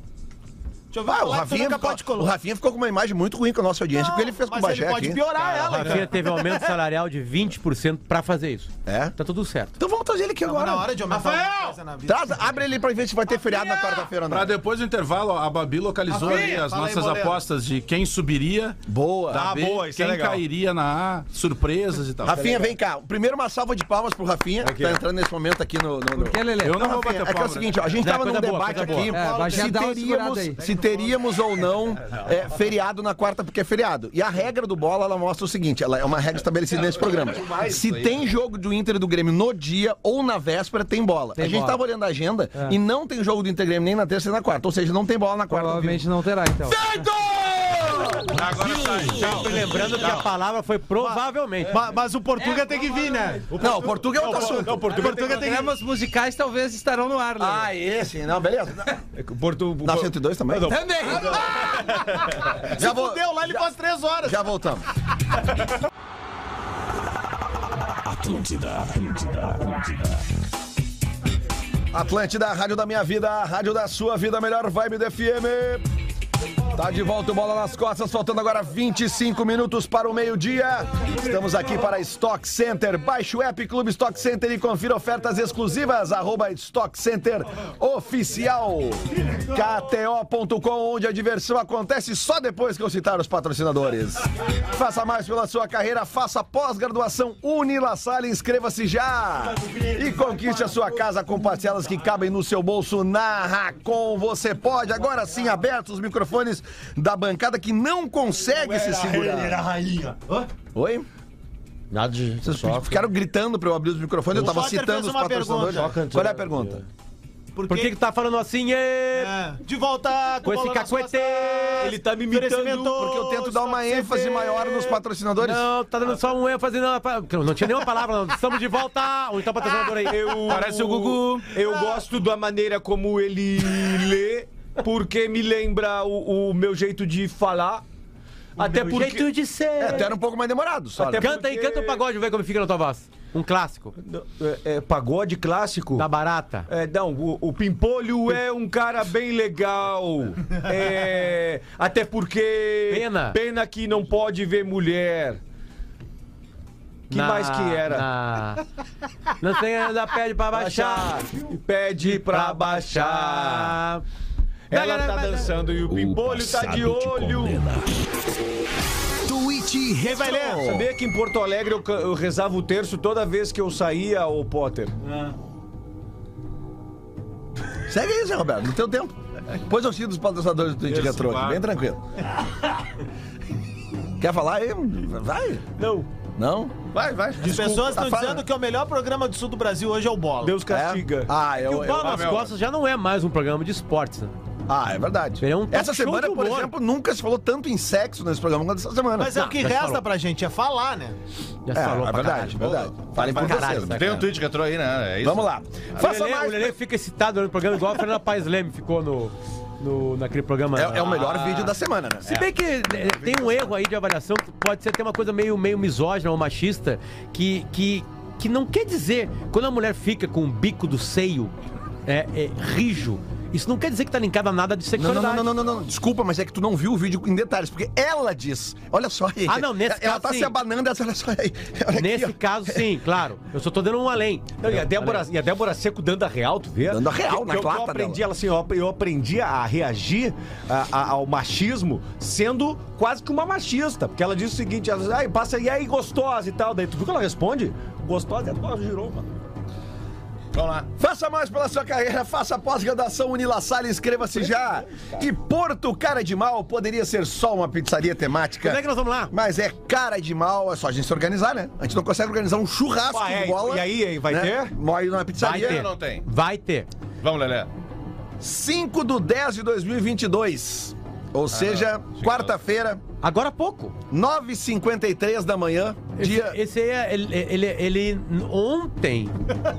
Speaker 5: Deixa eu ver.
Speaker 2: Ah, o
Speaker 5: falar que tu
Speaker 2: Rafinha,
Speaker 5: nunca
Speaker 2: ficou,
Speaker 5: pode colo-
Speaker 2: o Rafinha ficou com uma imagem muito ruim com a nossa audiência,
Speaker 5: Não,
Speaker 2: porque ele fez com o
Speaker 5: mas ele
Speaker 2: Bagé
Speaker 5: pode
Speaker 2: aqui.
Speaker 5: piorar ela,
Speaker 4: A Rafinha teve um aumento salarial de 20% pra fazer isso.
Speaker 2: É?
Speaker 4: Tá tudo certo.
Speaker 2: Então vamos trazer ele aqui
Speaker 5: Tava
Speaker 2: agora.
Speaker 5: na hora de aumentar
Speaker 6: Rafael!
Speaker 5: alguma coisa na vida.
Speaker 2: Traz, abre ele pra ver se vai ter feriado na quarta-feira ou não.
Speaker 6: Pra depois do intervalo, a Babi localizou
Speaker 5: Rafinha,
Speaker 6: ali as
Speaker 5: fala aí,
Speaker 6: nossas
Speaker 5: Bolero.
Speaker 6: apostas de quem subiria,
Speaker 2: Boa.
Speaker 6: da B,
Speaker 7: boa, isso é
Speaker 6: quem
Speaker 7: legal.
Speaker 6: cairia na A, surpresas e tal.
Speaker 2: Rafinha, vem cá. Primeiro uma salva de palmas pro Rafinha, que tá entrando nesse momento aqui no. no, no...
Speaker 4: Porque, Lelê,
Speaker 6: Eu não
Speaker 2: Não,
Speaker 6: vou
Speaker 2: Rafinha,
Speaker 6: bater
Speaker 2: é que é o
Speaker 6: palma, né?
Speaker 2: seguinte, ó, a gente
Speaker 4: Não,
Speaker 2: tava num
Speaker 4: coisa boa,
Speaker 2: debate
Speaker 4: coisa boa.
Speaker 2: aqui
Speaker 4: É, vai já
Speaker 2: se,
Speaker 4: dar uma segurada
Speaker 2: teríamos,
Speaker 4: aí.
Speaker 2: se teríamos ou não é, feriado na quarta, porque é feriado. E a regra do bola, ela mostra o seguinte, ela é uma regra estabelecida nesse programa. Se tem jogo do Inter e do Grêmio no dia ou na véspera, tem bola. a gente
Speaker 4: bola.
Speaker 2: tava olhando a agenda e não tem jogo do Inter e Grêmio nem na terça nem na quarta, ou seja, não tem bola na quarta.
Speaker 4: Provavelmente não terá, então.
Speaker 6: Agora sai, tchau.
Speaker 4: E lembrando que a palavra foi provavelmente.
Speaker 5: Ma- Mas o Portuga tem que vir, né?
Speaker 2: Não, o Portuga é outro assunto.
Speaker 7: Não, o Portuga tem...
Speaker 5: Portuga tem que
Speaker 10: Programas musicais talvez estarão no ar, né?
Speaker 2: Ah, esse, não, beleza.
Speaker 7: o Portu...
Speaker 2: Na 102 também?
Speaker 7: Não, não.
Speaker 2: Também. Já vou...
Speaker 5: Deu lá, ele faz três horas.
Speaker 2: Já voltamos.
Speaker 1: Atlântida, Atlântida, Atlântida.
Speaker 2: Atlântida, a rádio da minha vida, a rádio da sua vida, a melhor vibe do FM. Tá de volta o Bola nas Costas, faltando agora 25 minutos para o meio-dia. Estamos aqui para Stock Center. Baixe o app Clube Stock Center e confira ofertas exclusivas. Arroba Stock Center Oficial. KTO.com, onde a diversão acontece só depois que eu citar os patrocinadores. Faça mais pela sua carreira, faça pós-graduação Unila Sala e inscreva-se já. E conquiste a sua casa com parcelas que cabem no seu bolso na Racon. Você pode, agora sim, abertos os microfones da bancada que não consegue se segurar. Oi?
Speaker 7: Nada de...
Speaker 2: Vocês ficaram gritando pra eu abrir os microfones, eu
Speaker 5: O
Speaker 2: tava
Speaker 5: Potter
Speaker 2: citando
Speaker 5: fez
Speaker 2: os
Speaker 5: uma
Speaker 2: patrocinadores.
Speaker 5: pergunta.
Speaker 2: Qual é a pergunta?
Speaker 4: Por que que tá falando assim, é...
Speaker 5: É. De volta
Speaker 4: Com esse
Speaker 5: bola nas
Speaker 4: cacuete,
Speaker 5: costas.
Speaker 4: ele tá me imitando,
Speaker 5: Oferecimento,
Speaker 2: Porque eu tento dar uma
Speaker 5: Stock
Speaker 2: ênfase
Speaker 5: Center.
Speaker 2: maior nos patrocinadores.
Speaker 4: Não, tá dando só um ênfase na. Não tinha nenhuma palavra, não. Estamos de volta. Onde tá o patrocinador aí?
Speaker 7: Parece o Gugu. Eu gosto da maneira como ele lê, porque me lembra o, o meu jeito de falar. até
Speaker 4: O
Speaker 7: porque...
Speaker 4: jeito de
Speaker 2: É, tu
Speaker 4: ser.
Speaker 2: era um pouco mais demorado, só.
Speaker 7: Até-
Speaker 4: Canta aí, canta o pagode, vamos ver como fica na tua voz. Um clássico.
Speaker 7: É, é, pagode clássico?
Speaker 4: Da barata.
Speaker 7: É, não, o, o Pimpolho é um cara bem legal. É, até porque.
Speaker 4: Pena.
Speaker 7: Pena que não pode ver mulher. Que
Speaker 4: Na-
Speaker 7: mais que era?
Speaker 4: na- Não tem ainda pede pra baixar.
Speaker 7: Pede pra baixar.
Speaker 4: Baixar.
Speaker 7: Ela tá dançando e o Pimpolho tá de olho.
Speaker 5: Quem vai ler?
Speaker 7: Sabia que em Porto Alegre eu, ca- eu rezava o terço toda vez que eu saía, ô Potter?
Speaker 2: Segue aí, Zé Roberto, no teu tempo. Depois eu cito os patrocinadores do Twitch Retro aqui,
Speaker 6: claro.
Speaker 2: bem tranquilo. Quer falar aí? Vai.
Speaker 7: Não.
Speaker 2: Não?
Speaker 8: Vai, vai.
Speaker 5: As pessoas
Speaker 2: tá
Speaker 5: estão
Speaker 2: falando.
Speaker 5: dizendo que é o melhor programa do sul do Brasil hoje é o Bola.
Speaker 7: Deus
Speaker 2: É?
Speaker 7: castiga.
Speaker 2: Ah, eu,
Speaker 4: O
Speaker 2: eu-
Speaker 4: Bola nas Costas já não é mais um programa de esportes, né?
Speaker 2: ah, é verdade.
Speaker 4: Ele é um talk
Speaker 2: Essa
Speaker 4: show
Speaker 2: semana,
Speaker 4: de
Speaker 2: por
Speaker 4: humor.
Speaker 2: exemplo, nunca se falou tanto em sexo nesse programa quanto essa semana.
Speaker 5: Mas é o que
Speaker 4: mas
Speaker 5: resta
Speaker 4: falou.
Speaker 5: pra gente, é falar, né?
Speaker 4: Já se
Speaker 2: É,
Speaker 4: falou
Speaker 2: é
Speaker 4: pra
Speaker 2: verdade, é verdade.
Speaker 8: Ô,
Speaker 2: Falem por
Speaker 8: faz-
Speaker 2: vocês. né?
Speaker 8: Tem um tweet que entrou aí, né? É isso?
Speaker 2: Vamos lá.
Speaker 4: caralho.
Speaker 2: Faça
Speaker 4: O Lelê,
Speaker 2: mais.
Speaker 4: o Lelê fica excitado durante o programa, igual a Fernanda Paes Leme ficou no, no, naquele programa.
Speaker 2: É, é o melhor
Speaker 4: Ah.
Speaker 2: vídeo da semana, né?
Speaker 4: Se bem que eh, tem um erro aí de avaliação, que pode ser até uma coisa meio, meio misógina ou machista, que, que, que não quer dizer, quando a mulher fica com o bico do seio é, é, rijo, isso não quer dizer que tá linkado a nada de
Speaker 2: Não,
Speaker 4: sexualidade.
Speaker 2: não, não, não, não, não, desculpa, mas é que tu não viu o vídeo em detalhes, porque ela diz, olha só aí.
Speaker 4: Ah, não, nesse
Speaker 2: Ela
Speaker 4: caso,
Speaker 2: tá
Speaker 4: sim.
Speaker 2: se abanando, ela- olha só aí. Olha
Speaker 4: Nesse
Speaker 2: aqui, ó.
Speaker 4: caso, sim, claro. Eu só tô dando um além.
Speaker 7: Não, e, a Débora, e a Débora Seco é. dando a real, tu vê?
Speaker 2: Dando a real na
Speaker 7: eu, eu
Speaker 2: clata
Speaker 7: aprendi,
Speaker 2: dela.
Speaker 7: ela assim, eu, eu aprendi a reagir a- a- ao machismo sendo quase que uma machista. Porque ela diz o seguinte, ela diz, ai, passa e aí, gostosa e tal. Daí tu viu que ela responde? Gostosa, é gostosa, girou, mano.
Speaker 8: Vamos lá.
Speaker 2: Faça mais pela sua carreira, faça a pós-graduação Unilassal e inscreva-se já. E Porto Cara de Mal poderia ser só uma pizzaria temática.
Speaker 4: Como é que nós vamos lá?
Speaker 2: Mas é cara de mal, é só a gente se organizar, né? A gente não consegue organizar um churrasco
Speaker 7: Pá, é,
Speaker 2: de bola. né?
Speaker 7: e aí, aí, vai ter?
Speaker 2: Morre numa
Speaker 4: Vai
Speaker 2: pizzaria.
Speaker 4: ter.
Speaker 8: não tem?
Speaker 4: Vai ter.
Speaker 8: Vamos, Lelé.
Speaker 2: 5 do 10 de 2022. Ou seja, quarta-feira,
Speaker 4: Agora há pouco.
Speaker 2: 9h53 da manhã,
Speaker 4: Esse,
Speaker 2: dia.
Speaker 4: esse aí, é- ele, ele, ele- ontem,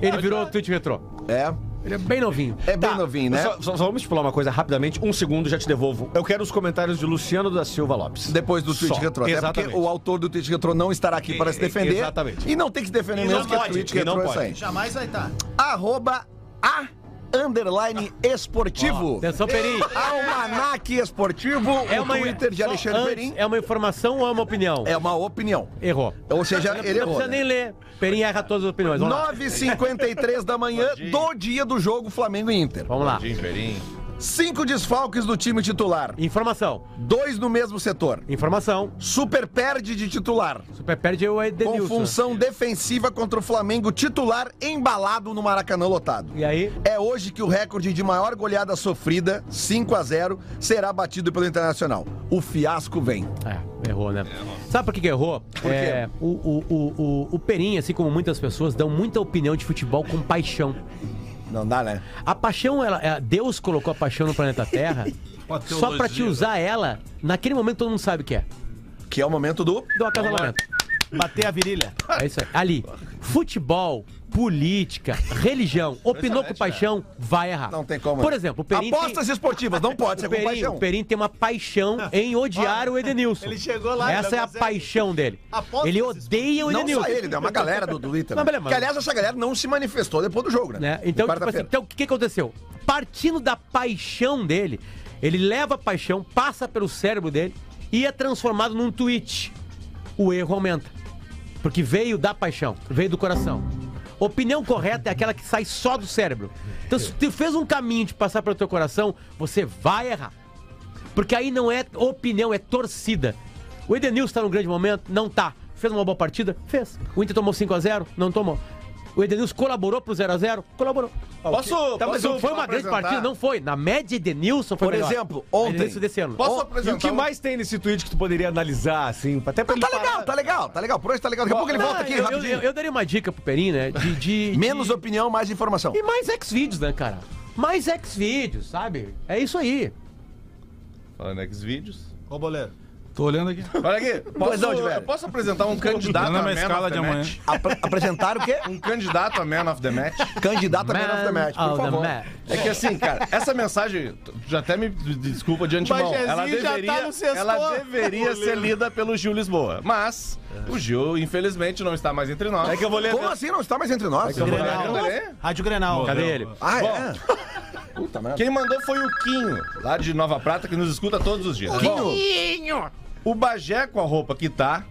Speaker 4: ele virou tweet retrô.
Speaker 2: É.
Speaker 4: Ele é bem novinho.
Speaker 2: É
Speaker 7: Ah,
Speaker 2: bem novinho, né?
Speaker 7: Tá. Só, só- só vamos estipular uma coisa rapidamente, um segundo, já te devolvo. Eu quero os comentários de Luciano da Silva Lopes.
Speaker 2: Depois do tweet
Speaker 7: Só.
Speaker 2: retrô. Até
Speaker 7: Exatamente.
Speaker 2: porque o autor do tweet retrô não estará aqui para se
Speaker 7: E-
Speaker 2: defender.
Speaker 7: exatamente.
Speaker 2: E não tem que se defender
Speaker 7: E
Speaker 2: mesmo
Speaker 7: não
Speaker 2: que é
Speaker 7: pode,
Speaker 2: tweet
Speaker 7: e não
Speaker 2: retrô essa aí.
Speaker 7: pode.
Speaker 5: Jamais vai tá. estar.
Speaker 2: Arroba a underline esportivo.
Speaker 4: Atenção, Perim.
Speaker 2: Almanac esportivo,
Speaker 4: É
Speaker 2: o
Speaker 4: uma,
Speaker 2: Twitter de
Speaker 4: só
Speaker 2: Alexandre
Speaker 4: antes,
Speaker 2: Perim.
Speaker 4: É uma informação ou é uma opinião?
Speaker 2: É uma opinião.
Speaker 4: Errou.
Speaker 2: Ou seja,
Speaker 4: Não
Speaker 2: ele
Speaker 4: precisa
Speaker 2: errou.
Speaker 4: nem
Speaker 2: Né?
Speaker 4: ler. Perim erra todas as opiniões. Vamos lá.
Speaker 2: 9h53 da manhã do dia do jogo Flamengo e Inter.
Speaker 4: Vamos lá.
Speaker 8: Jim Perim.
Speaker 2: Cinco desfalques do time titular.
Speaker 4: Informação.
Speaker 2: Dois no mesmo setor.
Speaker 4: Informação.
Speaker 2: Super perde de titular.
Speaker 4: Super perde é o
Speaker 2: Com
Speaker 4: Edenilson.
Speaker 2: função defensiva contra o Flamengo titular embalado no Maracanã lotado.
Speaker 4: E aí?
Speaker 2: É hoje que o recorde de maior goleada sofrida, 5 a 0 será batido pelo Internacional. O fiasco vem.
Speaker 4: É, errou, né? Sabe por que, que errou?
Speaker 2: Por
Speaker 4: É, o, o, o, o, o Perim, assim como muitas pessoas, dão muita opinião de futebol com paixão.
Speaker 2: Não dá, né?
Speaker 4: A paixão, ela, é- Deus colocou a paixão no planeta Terra
Speaker 6: Uma
Speaker 4: só pra te
Speaker 6: teologia.
Speaker 4: usar ela naquele momento todo mundo sabe o que é.
Speaker 2: Que é o momento do.
Speaker 4: Do acasalamento.
Speaker 5: Bater a virilha.
Speaker 4: É isso aí. Ali. Futebol, política, religião, opinou com paixão, vai errar.
Speaker 2: Não tem como.
Speaker 4: Por exemplo, o Perim.
Speaker 2: Apostas
Speaker 4: tem...
Speaker 2: esportivas, não pode ser
Speaker 4: O
Speaker 2: com
Speaker 4: Perim,
Speaker 2: paixão.
Speaker 4: o Perim tem uma paixão em odiar o Edenilson.
Speaker 5: Ele chegou lá, ele
Speaker 4: Essa é a
Speaker 2: assim,
Speaker 5: consegue.
Speaker 4: paixão dele.
Speaker 5: Apostas
Speaker 4: ele odeia o
Speaker 2: Não
Speaker 4: Edenilson.
Speaker 2: só ele, né? Uma galera do Twitter.
Speaker 4: Não,
Speaker 2: né?
Speaker 4: beleza, mas-
Speaker 2: Que aliás, essa galera não se manifestou depois do jogo, né?
Speaker 4: né?
Speaker 2: De
Speaker 4: Então, tipo assim,
Speaker 2: quarta-feira.
Speaker 4: então, o que, que aconteceu? Partindo da paixão dele, ele leva a paixão, passa pelo cérebro dele e é transformado num tweet. O erro aumenta. Porque veio da paixão, veio do coração. Opinião correta é aquela que sai só do cérebro. Então, se tu fez um caminho de passar pelo teu coração, você vai errar. Porque aí não é opinião, é torcida. O Edenilson tá num grande momento? Não tá. Fez uma boa partida? Fez. O Inter tomou 5x0? Não tomou. O Edenilson colaborou pro 0x0? Colaborou.
Speaker 8: Posso,
Speaker 4: Tá, mas
Speaker 8: posso
Speaker 4: não foi uma grande
Speaker 8: apresentar?
Speaker 4: partida, não foi. Na média, Edenilson foi
Speaker 2: Por
Speaker 4: melhor.
Speaker 2: exemplo, ontem-
Speaker 4: Edenilson desse ano.
Speaker 8: Posso
Speaker 2: Ó,
Speaker 7: E
Speaker 8: apresentar?
Speaker 7: o que
Speaker 8: um-
Speaker 7: mais tem nesse tweet que tu poderia analisar, assim, até pra
Speaker 2: Ah,
Speaker 7: ele
Speaker 2: Tá
Speaker 7: parar?
Speaker 2: legal, tá legal, tá legal. Por hoje tá legal. Daqui a pouco ele
Speaker 4: Não,
Speaker 2: volta aqui
Speaker 4: eu, eu,
Speaker 2: rapidinho.
Speaker 4: eu, eu daria uma dica pro Perim, né? De, de-
Speaker 2: Menos
Speaker 4: de-
Speaker 2: opinião, mais informação.
Speaker 4: E mais X-Vídeos, né, cara? Mais X-Vídeos, sabe? É isso aí.
Speaker 8: Falando X vídeos.
Speaker 5: Ô, boleiro.
Speaker 6: Tô olhando aqui.
Speaker 8: Olha aqui.
Speaker 2: Pois
Speaker 8: Posso,
Speaker 2: não, de velho.
Speaker 8: eu posso apresentar um candidato
Speaker 6: Olhando
Speaker 8: a
Speaker 6: a
Speaker 8: Man
Speaker 6: escala
Speaker 8: of
Speaker 6: de
Speaker 8: the
Speaker 6: amanhã.
Speaker 8: Match?
Speaker 2: Apre- apresentaram o quê?
Speaker 8: Um candidato a Man of the Match?
Speaker 2: Candidato a Man of the
Speaker 4: Man
Speaker 2: Match, por
Speaker 4: of the
Speaker 2: favor.
Speaker 4: match.
Speaker 8: É que assim, cara, essa mensagem, tu- já até me d- desculpa de antemão,
Speaker 5: Bajezinho
Speaker 8: ela
Speaker 5: já tá
Speaker 8: deveria,
Speaker 5: no sexto.
Speaker 8: ela deveria ser lida pelo Gil Lisboa. Mas o Gil, infelizmente, não está mais entre nós.
Speaker 7: É que eu vou ler.
Speaker 2: Como assim não está mais entre nós?
Speaker 8: Vou ler a
Speaker 5: Grenal.
Speaker 8: câmera aí.
Speaker 5: Rádio Grenal.
Speaker 4: Cadê ele?
Speaker 2: Ah, é? Puta merda.
Speaker 8: Quem mandou foi o Quinho, lá de Nova Prata, que nos escuta todos os dias. Bom, o Bagé com a roupa que tá,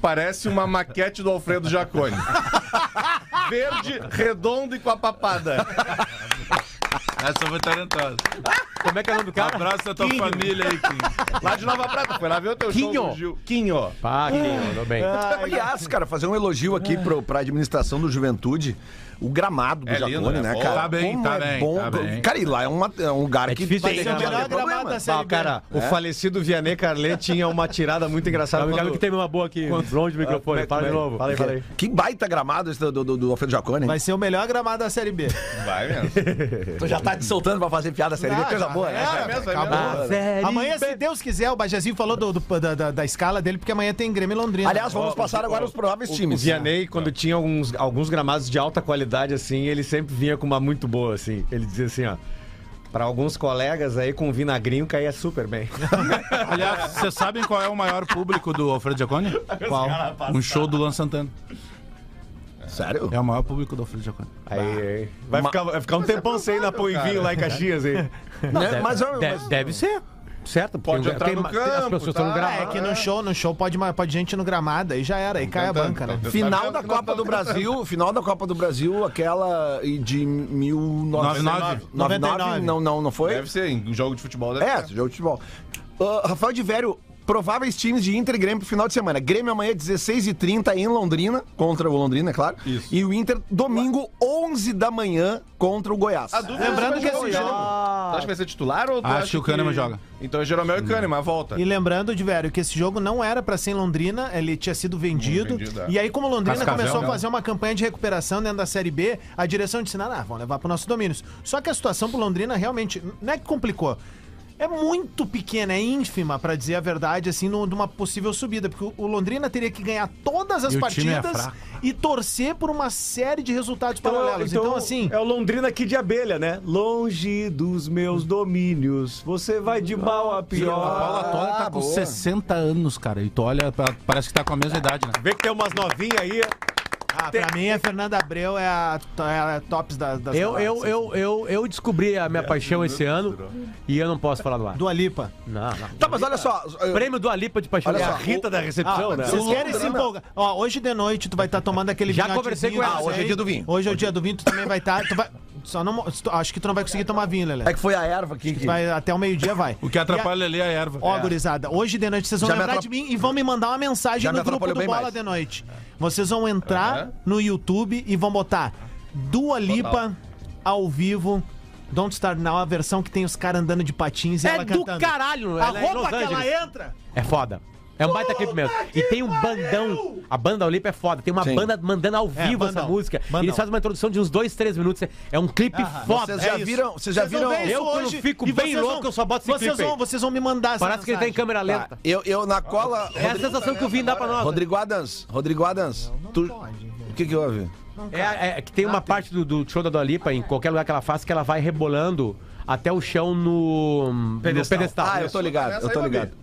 Speaker 8: parece uma maquete do Alfredo Jaconi. Verde, redondo e com a papada.
Speaker 6: Essa foi talentosa.
Speaker 4: Como é que é o nome do cara?
Speaker 6: Abraço da tua família aí, Kim.
Speaker 8: Lá de Nova Prata, foi lá ver o teu
Speaker 4: Quinho.
Speaker 8: show do Gil. Quinho.
Speaker 4: Pá, que mandou bem.
Speaker 2: Aliás, cara, fazer um elogio aqui pro, pra administração do Juventude. O gramado do
Speaker 8: É lindo,
Speaker 2: Jacone,
Speaker 8: né?
Speaker 2: né,
Speaker 8: Pô,
Speaker 2: cara?
Speaker 6: tá bem,
Speaker 2: Como
Speaker 6: tá
Speaker 2: é
Speaker 6: bem,
Speaker 2: bom.
Speaker 6: tá bem.
Speaker 2: Cara, e lá é, uma- é um lugar que
Speaker 4: difícil
Speaker 2: vai
Speaker 4: ter
Speaker 2: ter
Speaker 4: gramado.
Speaker 2: vai ter
Speaker 5: Gramado
Speaker 2: problema.
Speaker 5: da Série
Speaker 7: Ah, cara, o
Speaker 8: É.
Speaker 7: falecido Vianney Carlet tinha uma tirada muito engraçada.
Speaker 4: Calma, calma que
Speaker 7: Quando...
Speaker 4: tem uma boa aqui. Longe do microfone.
Speaker 7: Ah, como é que-
Speaker 4: fala de
Speaker 7: como é?
Speaker 4: novo.
Speaker 7: Fala aí, fala aí.
Speaker 2: Que baita gramado esse do, do, do Alfredo Jacone.
Speaker 5: Vai ser o melhor gramado da Série B.
Speaker 8: Vai mesmo.
Speaker 2: Tu já tá te soltando pra fazer piada série B,
Speaker 5: Ah,
Speaker 2: coisa
Speaker 5: já-
Speaker 2: boa, né?
Speaker 5: é,
Speaker 2: cara?
Speaker 8: Vai mesmo, vai
Speaker 2: Acabou.
Speaker 8: mesmo.
Speaker 5: Amanhã, é se Deus quiser, o Bajazinho falou do- do- da, da- da escala dele, porque amanhã tem Grêmio e Londrina.
Speaker 2: Aliás, vamos passar agora os prováveis
Speaker 7: O
Speaker 2: times.
Speaker 7: Vianney, quando tinha alguns, alguns gramados de alta qualidade, assim, ele sempre vinha com uma muito boa, assim. Ele dizia assim, ó. Pra alguns colegas aí, com vinagrinho caía super bem.
Speaker 6: Aliás, vocês sabem qual é o maior público do Alfredo Giacone?
Speaker 7: Qual?
Speaker 6: Um show do Luan Santana.
Speaker 2: Sério?
Speaker 6: É o maior público do Alfredo Giacone.
Speaker 7: Aí, aí. Vai, ficar, vai ficar um
Speaker 8: é
Speaker 7: tempão sem ir na Poivinho lá em Caxias, aí.
Speaker 2: Né? Mas ó,
Speaker 4: De-
Speaker 2: mas-
Speaker 4: deve ser. Certo? Pode
Speaker 8: entrar no
Speaker 4: As
Speaker 8: campo,
Speaker 4: pessoas estão no
Speaker 8: tá?
Speaker 5: É,
Speaker 4: gramado.
Speaker 5: que
Speaker 2: Ah.
Speaker 5: no show, no show pode, ma- pode gente no gramado, aí já era, aí
Speaker 2: Tá
Speaker 5: cai a banca, né?
Speaker 2: final da Copa do Brasil, final da Copa do Brasil, aquela de 1999. 99, não, não, não foi?
Speaker 8: Deve ser, em jogo de futebol deve
Speaker 2: É,
Speaker 8: ser.
Speaker 2: jogo de futebol. Ah, Rafael de Vério, prováveis times de Inter e Grêmio pro final de semana. Grêmio amanhã 16h30 em Londrina, contra o Londrina, é claro.
Speaker 8: Isso.
Speaker 2: E o Inter domingo 11 da manhã contra o Goiás.
Speaker 8: A dúvida
Speaker 5: Lembrando
Speaker 8: é se vai
Speaker 5: que esse
Speaker 8: jogar o
Speaker 5: jogo-
Speaker 8: Jeromel. Tu acha que vai ser titular ou tu
Speaker 6: Acho
Speaker 8: acha
Speaker 6: que o Kahneman joga.
Speaker 8: Então é Jeromel e Kahneman, volta.
Speaker 5: E lembrando, de velho, que esse jogo não era pra ser em Londrina, ele tinha sido vendido.
Speaker 8: vendido, é.
Speaker 5: E aí, como Londrina
Speaker 6: Cascavel,
Speaker 5: começou
Speaker 6: né?
Speaker 5: a fazer uma campanha de recuperação dentro da Série B, a direção disse: não, não, vamos levar pro nosso domínio. Só que a situação pro Londrina realmente não é que complicou. É muito pequena, é ínfima, pra dizer a verdade, assim, no- de uma possível subida. Porque o- o Londrina teria que ganhar todas as
Speaker 6: E o time é
Speaker 5: partidas
Speaker 6: fraco.
Speaker 5: e torcer por uma série de resultados paralelos. Então, assim.
Speaker 7: É o Londrina aqui de abelha, né? Longe dos meus domínios, você vai de mal a
Speaker 6: A
Speaker 7: pior.
Speaker 2: Ah,
Speaker 6: Paula Toller tá com 60 anos, cara. E tu olha, pa- parece que tá com a mesma idade, né?
Speaker 7: Vê que tem umas novinhas aí.
Speaker 5: Ah, pra mim, a Fernanda Abreu é a, to- é a tops da, das
Speaker 4: Eu, eu,
Speaker 5: galáxias.
Speaker 4: eu, eu, eu descobri a minha paixão esse ano e eu não posso falar do ar.
Speaker 5: Dua Lipa.
Speaker 4: Não, não.
Speaker 2: Tá, mas olha só. eu-
Speaker 4: Prêmio do Alipa de paixão.
Speaker 2: Olha
Speaker 4: É a
Speaker 2: só,
Speaker 4: Rita
Speaker 7: da recepção, né?
Speaker 5: Ah, Vocês
Speaker 2: O
Speaker 5: querem se
Speaker 2: Londrina-
Speaker 5: empolgar? Ó, hoje de noite tu vai estar tomando aquele
Speaker 4: Já
Speaker 5: vinhotezinho
Speaker 4: conversei com ela.
Speaker 5: do
Speaker 4: Ah,
Speaker 2: hoje é
Speaker 5: Zé.
Speaker 2: dia do vinho.
Speaker 5: Hoje é o dia do vinho, tu também vai estar. tu vai- Só não, mo- tu- acho que tu não vai conseguir tomar vinho, Lelé.
Speaker 2: É que foi a erva aqui. que-
Speaker 5: Vai, até o meio-dia vai.
Speaker 6: O que atrapalha ali é a erva.
Speaker 5: Ó, gurizada, hoje de noite vocês vão
Speaker 2: Já me
Speaker 5: lembrar de
Speaker 2: atrap-
Speaker 5: mim e vão me mandar uma mensagem
Speaker 2: Já me
Speaker 5: no grupo
Speaker 2: atrapalhou
Speaker 5: do
Speaker 2: bem
Speaker 5: Bola
Speaker 2: mais.
Speaker 5: de Noite. Vocês vão entrar no YouTube e vão botar Dua Lipa ao vivo. Don't Start Now, a versão que tem os caras andando de patins e
Speaker 4: É
Speaker 5: ela
Speaker 4: do
Speaker 5: cantando.
Speaker 4: caralho,
Speaker 5: A
Speaker 4: ela é em Los
Speaker 5: roupa que ela
Speaker 4: Angeles.
Speaker 5: entra.
Speaker 4: É foda. É um baita clipe mesmo. E tem um bandão. A banda Olimpo é foda. Tem uma
Speaker 2: Sim.
Speaker 4: banda mandando ao
Speaker 5: É,
Speaker 4: vivo essa
Speaker 5: bandão.
Speaker 4: música. E
Speaker 5: Bandão.
Speaker 4: eles fazem uma introdução de uns dois, três minutos. É um clipe foda.
Speaker 2: Vocês já
Speaker 4: É isso.
Speaker 2: viram? Vocês já
Speaker 5: Vocês
Speaker 2: viram?
Speaker 5: vão ver
Speaker 4: Eu,
Speaker 5: isso
Speaker 4: quando
Speaker 5: hoje
Speaker 4: fico
Speaker 5: e
Speaker 4: bem
Speaker 5: vocês
Speaker 4: louco,
Speaker 5: vão-
Speaker 4: eu só boto esse
Speaker 5: vocês
Speaker 4: clipe aí.
Speaker 5: vão, vocês vão me mandar essa
Speaker 4: Parece que ele tá em
Speaker 5: mensagem.
Speaker 4: câmera lenta.
Speaker 2: Eu, eu na cola.
Speaker 4: É a sensação que o Vini dá pra nós.
Speaker 2: Rodrigo Adams, Rodrigo Adams, tu, o que que houve?
Speaker 4: É, é que tem uma parte do, do show da Dua Lipa, em qualquer lugar que ela faça, que ela vai rebolando até o chão no no pedestal.
Speaker 2: Ah, eu tô ligado, eu tô ligado.